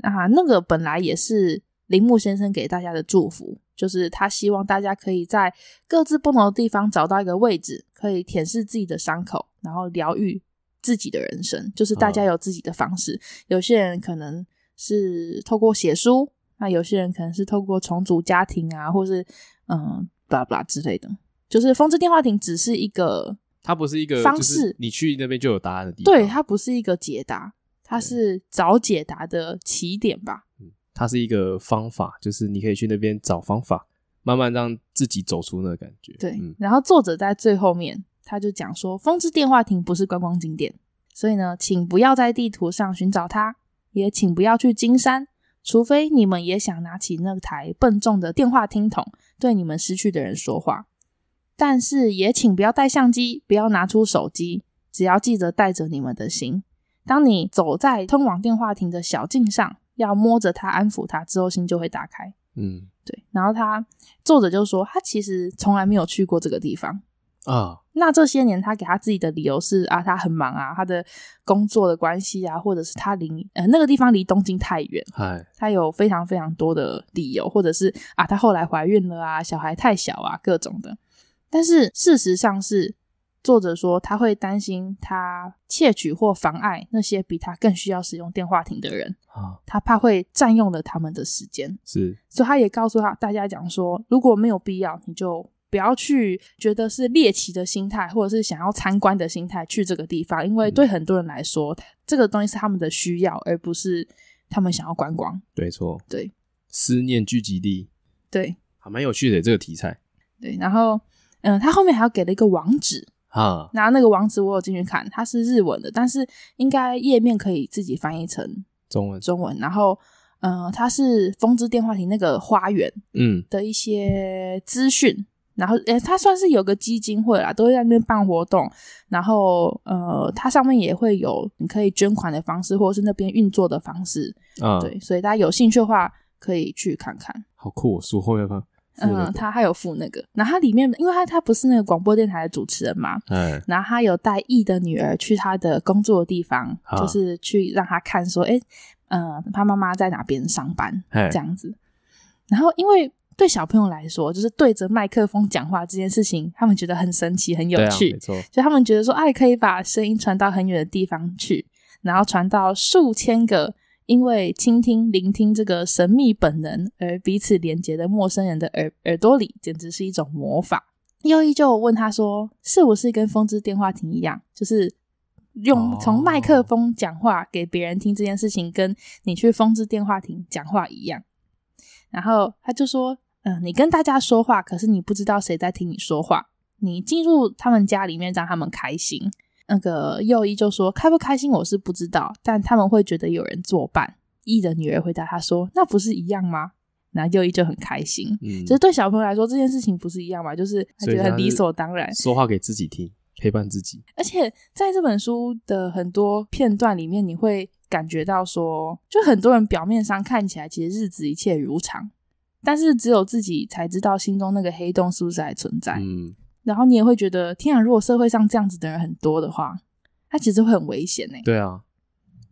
Speaker 2: 啊，那个本来也是铃木先生给大家的祝福，就是他希望大家可以在各自不同的地方找到一个位置，可以舔舐自己的伤口，然后疗愈自己的人生。就是大家
Speaker 1: 嗯
Speaker 2: 有自己的方式，有些人可能是透过写书，那有些人可能是透过重组家庭啊，或是嗯，blah blah 之类的。就是风之电话亭只是一个，
Speaker 1: 它不是一个
Speaker 2: 方
Speaker 1: 就是
Speaker 2: 式
Speaker 1: 你去那边就有答案的地方。
Speaker 2: 对，它不是一个解答，它是找解答的起点吧。
Speaker 1: 它是一个方法，就是你可以去那边找方法，慢慢让自己走出那个感觉。
Speaker 2: 对，
Speaker 1: 嗯，
Speaker 2: 然后作者在最后面他就讲说，风之电话亭不是观光景点，所以呢，请不要在地图上寻找它，也请不要去金山，除非你们也想拿起那台笨重的电话听筒对你们失去的人说话。但是也请不要带相机，不要拿出手机，只要记得带着你们的心。当你走在通往电话亭的小径上，要摸着它，安抚它之后，心就会打开。
Speaker 1: 嗯
Speaker 2: 对，然后他作者就说，他其实从来没有去过这个地方。
Speaker 1: 啊，
Speaker 2: 那这些年，他给他自己的理由是啊，他很忙啊，他的工作的关系啊，或者是他离呃那个地方离东京太远，
Speaker 1: 嗨，
Speaker 2: 他有非常非常多的理由，或者是啊，她后来怀孕了啊，小孩太小啊，各种的。但是事实上是，作者说他会担心他窃取或妨碍那些比他更需要使用电话亭的人，
Speaker 1: 啊，
Speaker 2: 他怕会占用了他们的时间。
Speaker 1: 是
Speaker 2: 所以他也告诉他大家讲说，如果没有必要，你就不要去觉得是猎奇的心态，或者是想要参观的心态去这个地方，因为对很多人来说，这个东西是他们的需要，而不是他们想要观光。
Speaker 1: 对错，
Speaker 2: 对，
Speaker 1: 思念聚集地
Speaker 2: 对
Speaker 1: 还蛮有趣的这个题材
Speaker 2: 对，然后嗯，他后面还要给了一个网址，
Speaker 1: 啊，
Speaker 2: 然后那个网址我有进去看，它是日文的，但是应该页面可以自己翻译成
Speaker 1: 中文，
Speaker 2: 中文，然后。嗯，它是风之电话亭那个花园，
Speaker 1: 嗯
Speaker 2: 的一些资讯。然后，诶，它算是有个基金会啦，都会在那边办活动。然后，呃，它上面也会有你可以捐款的方式，或者是那边运作的方式。
Speaker 1: 啊，
Speaker 2: 对，所以大家有兴趣的话，可以去看看。
Speaker 1: 好酷哦，书后面放，
Speaker 2: 嗯、它还有附那个，然后它里面，因为它它不是那个广播电台的主持人嘛，
Speaker 1: 哎，
Speaker 2: 然后他有带 E 的女儿去他的工作的地方，
Speaker 1: 啊
Speaker 2: 就是去让他看说，诶，呃，他妈妈在哪边上班
Speaker 1: 嘿
Speaker 2: 这样子。然后因为对小朋友来说，就是对着麦克风讲话这件事情，他们觉得很神奇、很有
Speaker 1: 对啊
Speaker 2: 趣，
Speaker 1: 没错，
Speaker 2: 就他们觉得说，哎、可以把声音传到很远的地方去，然后传到数千个因为倾听、聆听这个神秘本能而彼此连接的陌生人的耳耳朵里，简直是一种魔法。又一就问他说，是不是跟风之电话亭一样，就是
Speaker 1: 哦
Speaker 2: 用从麦克风讲话给别人听这件事情，跟你去风之电话亭讲话一样？然后他就说，嗯、你跟大家说话，可是你不知道谁在听你说话。你进入他们家里面让他们开心。那个右一就说开不开心我是不知道，但他们会觉得有人作伴。一的女儿回答他说：“那不是一样吗？”然后右一就很开心。
Speaker 1: 嗯，
Speaker 2: 就是对小朋友来说，这件事情不是一样嘛？就是他
Speaker 1: 所以
Speaker 2: 觉得很
Speaker 1: 他是
Speaker 2: 理所当然。
Speaker 1: 说话给自己听，陪伴自己，
Speaker 2: 而且在这本书的很多片段里面，你会感觉到说，就很多人表面上看起来其实日子一切如常，但是只有自己才知道心中那个黑洞是不是还存在。
Speaker 1: 嗯，
Speaker 2: 然后你也会觉得，天啊，如果社会上这样子的人很多的话，他其实会很危险呢、欸
Speaker 1: 对啊，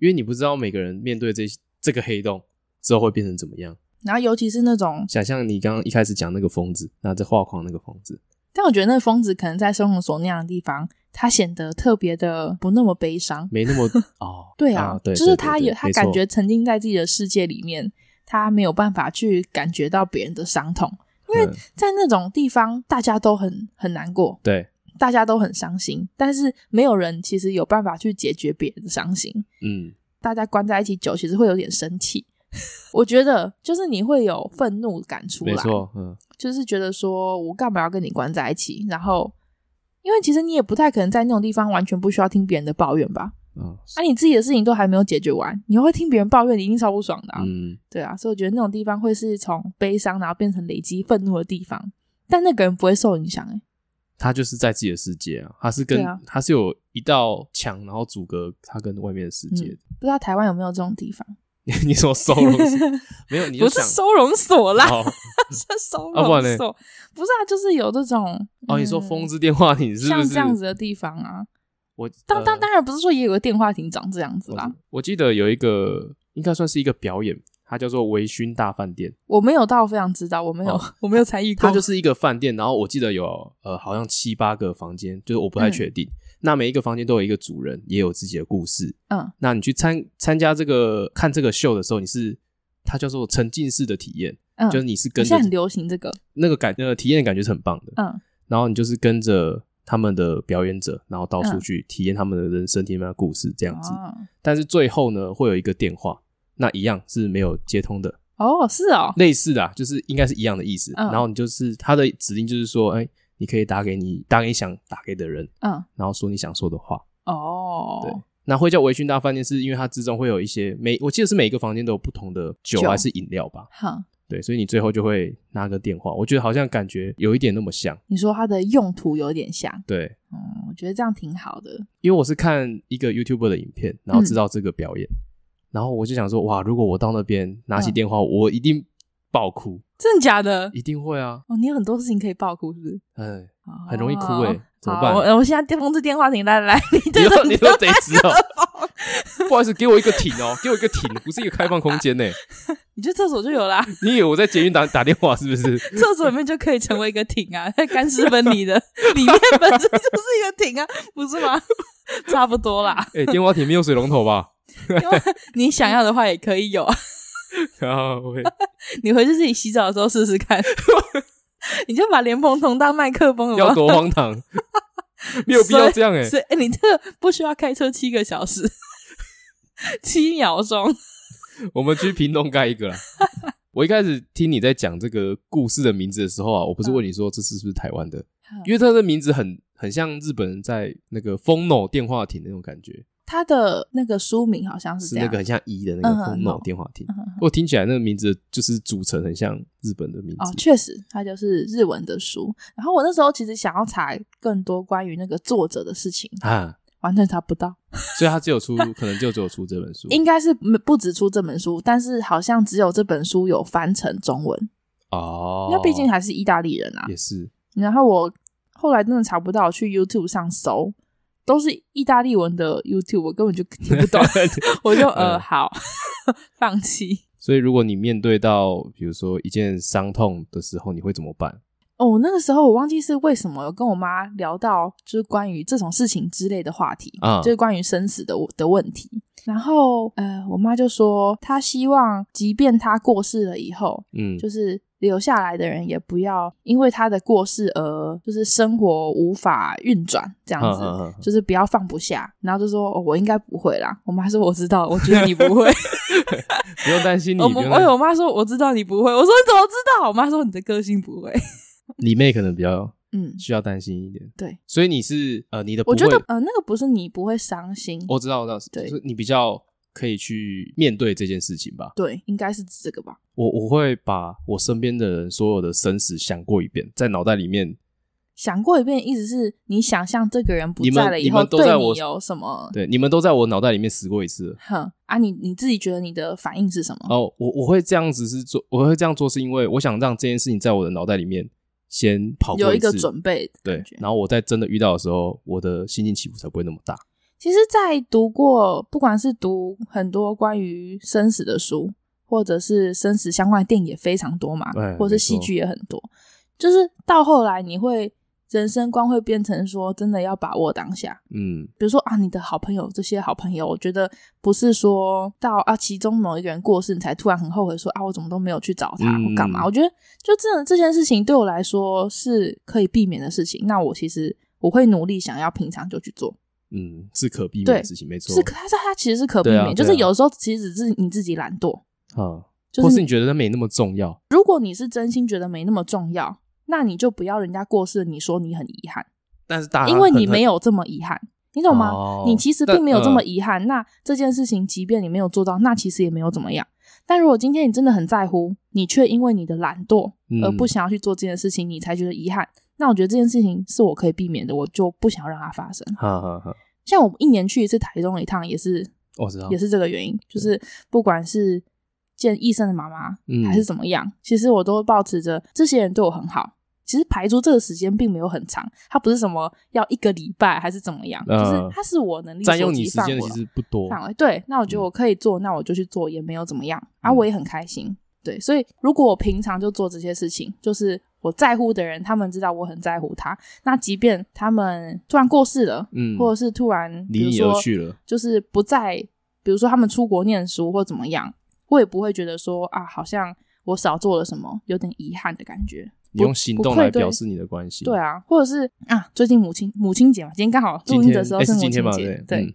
Speaker 1: 因为你不知道每个人面对这这个黑洞之后会变成怎么样？
Speaker 2: 然后尤其是那种，
Speaker 1: 想象你刚刚一开始讲那个疯子，然后在画框那个疯子，
Speaker 2: 但我觉得那疯子可能在收容所那样的地方，他显得特别的不那么悲伤。
Speaker 1: 没那 么哦，
Speaker 2: 对啊，
Speaker 1: 对，
Speaker 2: 就
Speaker 1: 对
Speaker 2: 是
Speaker 1: 对
Speaker 2: 他
Speaker 1: 对
Speaker 2: 有他
Speaker 1: 没
Speaker 2: 感
Speaker 1: 错嗯
Speaker 2: 觉沉浸在自己的世界里面，他没有办法去感觉到别人的伤痛，因为
Speaker 1: 嗯
Speaker 2: 在那种地方大家都很很难过，
Speaker 1: 对，
Speaker 2: 大家都很伤心，但是没有人其实有办法去解决别人的伤心。
Speaker 1: 嗯，
Speaker 2: 大家关在一起久，其实会有点生气。 我觉得就是你会有愤怒感出来，
Speaker 1: 没错，嗯，
Speaker 2: 就是觉得说我干嘛要跟你关在一起？然后，因为其实你也不太可能在那种地方完全不需要听别人的抱怨吧？
Speaker 1: 啊，
Speaker 2: 啊，你自己的事情都还没有解决完，你又会听别人抱怨，你一定超不爽的、啊。
Speaker 1: 嗯，
Speaker 2: 对啊，所以我觉得那种地方会是从悲伤然后变成累积愤怒的地方，但那个人不会受影响、欸。
Speaker 1: 他就是在自己的世界啊，他是跟
Speaker 2: 对啊
Speaker 1: 他是有一道墙，然后阻隔他跟外面的世界的。
Speaker 2: 不知道台湾有没有这种地方？
Speaker 1: 你说收容 所没有？你
Speaker 2: 嗯不
Speaker 1: 就是想
Speaker 2: 收容所啦，
Speaker 1: 哦
Speaker 2: 是收
Speaker 1: 啊不然
Speaker 2: 容
Speaker 1: 嘞
Speaker 2: 所，不是啊，就是有这种
Speaker 1: 哦，你说
Speaker 2: 嗯
Speaker 1: 风之电话亭是不
Speaker 2: 像
Speaker 1: 是
Speaker 2: 这样子？的地方啊。
Speaker 1: 我
Speaker 2: 当当
Speaker 1: 呃
Speaker 2: 当然不是说也有个电话亭长这样子啦，
Speaker 1: 我记得有一个应该算是一个表演，它叫做《微醺大饭店》，
Speaker 2: 我没有到非常知道，我没有、
Speaker 1: 哦
Speaker 2: 我没有参与过，
Speaker 1: 它就是一个饭店，然后我记得有呃好像七八个房间，就是我不太
Speaker 2: 嗯
Speaker 1: 确定。那每一个房间都有一个主人，也有自己的故事。
Speaker 2: 嗯
Speaker 1: 那你去参参加这个看这个秀的时候，你是它叫做沉浸式的体验，
Speaker 2: 嗯，
Speaker 1: 就是你是跟
Speaker 2: 现
Speaker 1: 着
Speaker 2: 在很流行这个，
Speaker 1: 那个感那个体验的感觉是很棒的，
Speaker 2: 嗯
Speaker 1: 然后你就是跟着他们的表演者，然后到处
Speaker 2: 嗯
Speaker 1: 去体验他们的人生、体验他们的故事这样子。
Speaker 2: 哦
Speaker 1: 但是最后呢，会有一个电话，那一样是没有接通的，
Speaker 2: 哦是哦，
Speaker 1: 类似的、啊，就是应该是一样的意思。
Speaker 2: 嗯
Speaker 1: 然后你就是他的指令就是说，哎、你可以打给你打给你想打给的人，
Speaker 2: 嗯
Speaker 1: 然后说你想说的话。
Speaker 2: 哦，
Speaker 1: 对，那会叫微醺大饭店，是因为它之中会有一些每我记得是每一个房间都有不同的酒
Speaker 2: 酒
Speaker 1: 还是饮料吧？
Speaker 2: 好，
Speaker 1: 对，所以你最后就会拿个电话，我觉得好像感觉有一点那么像。
Speaker 2: 你说它的用途有点像，
Speaker 1: 对，
Speaker 2: 嗯，我觉得这样挺好的，
Speaker 1: 因为我是看一个 YouTuber 的影片，
Speaker 2: 嗯
Speaker 1: 然后知道这个表演，然后我就想说，哇，如果我到那边拿起电话，我一定爆哭，
Speaker 2: 真的假的？
Speaker 1: 一定会啊，
Speaker 2: 哦，你有很多事情可以爆哭是不是？
Speaker 1: 嗯，
Speaker 2: 哦
Speaker 1: 很容易哭哎、怎么
Speaker 2: 好
Speaker 1: 办？
Speaker 2: 我我现在电通知电话亭，来来，来你对
Speaker 1: 你
Speaker 2: 着
Speaker 1: 说
Speaker 2: 你
Speaker 1: 你
Speaker 2: 的
Speaker 1: 说得知 哦
Speaker 2: 麦克风，
Speaker 1: 不好意思，给我一个挺哦， 给我一个挺，不是一个开放空间呢、
Speaker 2: 你去厕所就有啦，
Speaker 1: 你以为我在捷运打打电话是不是？
Speaker 2: 厕所里面就可以成为一个艇啊，干湿分离的，里面本身就是一个艇啊，不是吗？ 差不多啦，
Speaker 1: 哎、电话亭没有水龙头吧？
Speaker 2: 因为你想要的话也可以有啊，
Speaker 1: 然后 会
Speaker 2: 你回去自己洗澡的时候试试看， 你就把莲蓬头当麦克风有没
Speaker 1: 要
Speaker 2: 有？
Speaker 1: 多荒唐， 没有必要这样哎、
Speaker 2: 所以、哎你这个不需要开车七个小时，七秒钟，
Speaker 1: 我们去屏东盖一 个啦。我一开始听你在讲这个故事的名字的时候啊，我
Speaker 2: 嗯
Speaker 1: 不是问你说这是不是台湾的，因为它的名字很很像日本人在那个风 o 电话亭那种感觉，
Speaker 2: 他的那个书名好哦像是
Speaker 1: 是
Speaker 2: 这
Speaker 1: 那
Speaker 2: 样，
Speaker 1: 个很像一的那个
Speaker 2: 嗯
Speaker 1: 风
Speaker 2: no
Speaker 1: 脑电话亭。
Speaker 2: 嗯
Speaker 1: 我听起来那个名字就是组成很像日本的名
Speaker 2: 哦，
Speaker 1: 字，
Speaker 2: 确实，它就是日文的书。然后我那时候其实想要查更多关于那个作者的事情，
Speaker 1: 啊，
Speaker 2: 完全查不到。
Speaker 1: 所以它只 有出，可能就只有出这本书
Speaker 2: 应该是没不止出这本书，但是好像只有这本书有翻成中文，
Speaker 1: 哦。
Speaker 2: 因为毕竟还是意大利人啊。
Speaker 1: 也是，
Speaker 2: 然后我后来真的查不到，我去 YouTube 上搜，都是意大利文的 YouTube，我根本就听不懂 我就呃
Speaker 1: 嗯
Speaker 2: 好放弃。
Speaker 1: 所以如果你面对到比如说一件伤痛的时候，你会怎么办？
Speaker 2: 哦，那个时候我忘记是为什么有跟我妈聊到，就是关于这种事情之类的话题，
Speaker 1: 啊
Speaker 2: 就是关于生死的的问题。然后呃，我妈就说，她希望即便她过世了以后，
Speaker 1: 嗯，
Speaker 2: 就是留下来的人也不要因为她的过世而就是生活无法运转这样
Speaker 1: 嗯
Speaker 2: 子。
Speaker 1: 嗯嗯嗯
Speaker 2: 就是不要放不下，然后就说、哦、我应该不会啦。我妈说我知道，我觉得你 不会。
Speaker 1: 不用担心你，
Speaker 2: 我哎
Speaker 1: 不用
Speaker 2: 我
Speaker 1: 担心
Speaker 2: 我妈说我知道你不会，我说你怎么知道？我妈说你的个性 不会。
Speaker 1: 你妹可能比较
Speaker 2: 嗯，
Speaker 1: 需要担心一点。
Speaker 2: 对，
Speaker 1: 所以你是呃，你的不
Speaker 2: 我觉
Speaker 1: 会
Speaker 2: 得呃，那个不是你不会伤心，
Speaker 1: 我知道，我知道，
Speaker 2: 对
Speaker 1: 就是你比较可以去面对这件事情吧。
Speaker 2: 对，应该是指这个吧？
Speaker 1: 我我会把我身边的人所有的生死想过一遍，在脑袋里面，
Speaker 2: 想过一遍，意思是你想象这个人不
Speaker 1: 你们
Speaker 2: 在了以
Speaker 1: 你
Speaker 2: 后，
Speaker 1: 们都在
Speaker 2: 对你
Speaker 1: 我
Speaker 2: 有什么？
Speaker 1: 对，你们都在我脑袋里面死过一次了。
Speaker 2: 哼啊你，你自己觉得你的反应是什么？
Speaker 1: 哦，我我会这样子是做，我会这样做是因为我想让这件事情在我的脑袋里面先跑过
Speaker 2: 有一
Speaker 1: 次
Speaker 2: 个准备的
Speaker 1: 哦对
Speaker 2: 感觉，。
Speaker 1: 然后我在真的遇到的时候，我的心情起伏才不会那么大。
Speaker 2: 其实，在读过不管是读很多关于生死的书，或者是生死相关的电影也非常多嘛，
Speaker 1: 哎
Speaker 2: 或者是戏剧也很多。就是到后来，你会人生观会变成说，真的要把握当下。
Speaker 1: 嗯，
Speaker 2: 比如说啊，你的好朋友这些好朋友，我觉得不是说到啊，其中某一个人过世，你才突然很后悔说啊，我怎么都没有去找他
Speaker 1: 嗯
Speaker 2: 或干嘛？我觉得就真的这件事情对我来说是可以避免的事情。那我其实我会努力想要平常就去做，
Speaker 1: 嗯，是可避免
Speaker 2: 对
Speaker 1: 的事情，没错。
Speaker 2: 是可它它它其实是可避
Speaker 1: 对啊
Speaker 2: 免，就
Speaker 1: 对
Speaker 2: 是
Speaker 1: 啊
Speaker 2: 有时候其实只是你自己懒惰，
Speaker 1: 啊，
Speaker 2: 就
Speaker 1: 或
Speaker 2: 是
Speaker 1: 是你觉得它没那么重要，
Speaker 2: 如果你是真心觉得没那么重要，那你就不要人家过世，你说你很遗憾，
Speaker 1: 但是大家
Speaker 2: 因为你
Speaker 1: 啊很
Speaker 2: 没有这么遗憾，你懂吗？
Speaker 1: 哦
Speaker 2: 你其实
Speaker 1: 但
Speaker 2: 并没有这么
Speaker 1: 嗯
Speaker 2: 遗憾。那这件事情，即便你没有做到，那其实也没有怎么样。但如果今天你真的很在乎，你却因为你的懒惰
Speaker 1: 嗯
Speaker 2: 而呃不想要去做这件事情，你才觉得遗憾。那我觉得这件事情是我可以避免的，我就不想要让它发生。
Speaker 1: 哈哈哈，
Speaker 2: 像我一年去一次台中一趟，也是
Speaker 1: 我知道
Speaker 2: 也是这个原因，就是不管是见医生的妈妈，
Speaker 1: 嗯
Speaker 2: 还是怎么样，其实我都保持着这些人对我很好。其实排除这个时间并没有很长，它不是什么要一个礼拜还是怎么样，
Speaker 1: 嗯
Speaker 2: 就是它是我能力
Speaker 1: 占用
Speaker 2: 所
Speaker 1: 你
Speaker 2: 及
Speaker 1: 时
Speaker 2: 范
Speaker 1: 间
Speaker 2: 围
Speaker 1: 的其实不多，
Speaker 2: 范围。对，那我觉得我可以做，那我就去做，也没有怎么样啊，
Speaker 1: 嗯
Speaker 2: 我也很开心。对，所以如果我平常就做这些事情，就是我在乎的人，他们知道我很在乎他，那即便他们突然过世了，
Speaker 1: 嗯，
Speaker 2: 或者是突然比
Speaker 1: 离
Speaker 2: 如
Speaker 1: 你
Speaker 2: 说
Speaker 1: 而去了，
Speaker 2: 就是不再，比如说他们出国念书或怎么样，我也不会觉得说啊，好像我少做了什么，有点遗憾的感觉。
Speaker 1: 你用行动
Speaker 2: 不愧
Speaker 1: 来
Speaker 2: 对
Speaker 1: 表示你的关心。
Speaker 2: 对啊，或者是啊，最近母亲母亲节嘛，今天刚好
Speaker 1: 今
Speaker 2: 录音
Speaker 1: 天哎
Speaker 2: 的时候
Speaker 1: 诶是
Speaker 2: 母
Speaker 1: 今
Speaker 2: 亲节，
Speaker 1: 天吧？
Speaker 2: 对，
Speaker 1: 嗯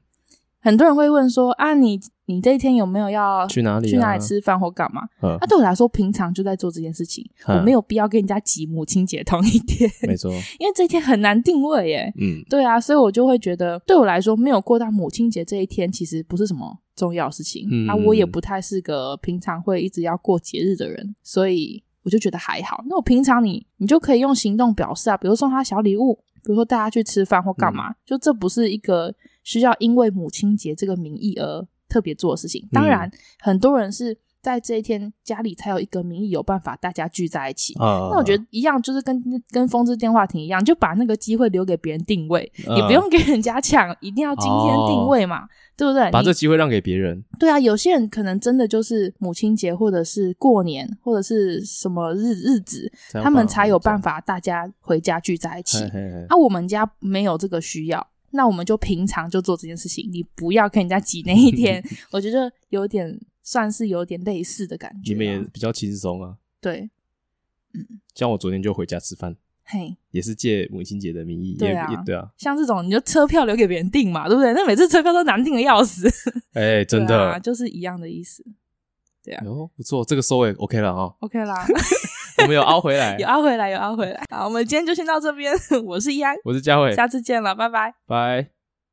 Speaker 2: 很多人会问说啊，你你这一天有没有要
Speaker 1: 去哪里啊
Speaker 2: 去哪里吃饭或干嘛？
Speaker 1: 呃
Speaker 2: 啊，对我来说，平常就在做这件事情，我
Speaker 1: 嗯
Speaker 2: 没有必要跟人家挤母亲节同一天，
Speaker 1: 没 错，
Speaker 2: 因为这一天很难定位耶。
Speaker 1: 嗯，
Speaker 2: 对啊，所以我就会觉得，对我来说，没有过到母亲节这一天，其实不是什么重要的事情、
Speaker 1: 嗯
Speaker 2: 啊。我也不太是个平常会一直要过节日的人，所以我就觉得还好。那我平常你你就可以用行动表示啊，比如送他小礼物，比如说带他去吃饭或
Speaker 1: 嗯
Speaker 2: 干嘛，就这不是一个需要因为母亲节这个名义而特别做的事情。
Speaker 1: 嗯
Speaker 2: 当然，很多人是在这一天家里才有一个名义有办法大家聚在一起。
Speaker 1: 啊，
Speaker 2: 那我觉得一样，就是跟跟风之电话亭一样，就把那个机会留给别人定位，
Speaker 1: 嗯哦
Speaker 2: 也不用跟人家抢，一定要今天定位嘛，对不对？
Speaker 1: 把
Speaker 2: 你
Speaker 1: 这机会让给别人，
Speaker 2: 对啊，有些人可能真的就是母亲节，或者是过年，或者是什么日日子，
Speaker 1: 这样
Speaker 2: 他们
Speaker 1: 反而
Speaker 2: 才有
Speaker 1: 这样
Speaker 2: 办法大家回家聚在一起。
Speaker 1: 嘿嘿嘿
Speaker 2: 啊，我们家没有这个需要，那我们就平常就做这件事情，你不要跟人家挤那一 天，我觉得有点算是有点类似的感觉
Speaker 1: 你
Speaker 2: 啊、
Speaker 1: 们也比较轻松啊。
Speaker 2: 对，
Speaker 1: 像我昨天就回家吃饭，
Speaker 2: 嘿。
Speaker 1: 也是借母亲节的名义，
Speaker 2: 对
Speaker 1: 也
Speaker 2: 啊
Speaker 1: 也对啊，
Speaker 2: 像这种，你就车票留给别人订嘛，对不对？那每次车票都难订的要死，
Speaker 1: 哎，真
Speaker 2: 对啊，
Speaker 1: 的，
Speaker 2: 就是一样的意思。
Speaker 1: 哦，不错，这个收尾 OK 了啊，
Speaker 2: OK 啦，
Speaker 1: 我们有凹回来
Speaker 2: 有，凹 回来，有凹回来。好，我们今天就先到这边。我是依安，
Speaker 1: 我是佳慧，
Speaker 2: 下次见了，拜拜。
Speaker 1: 拜。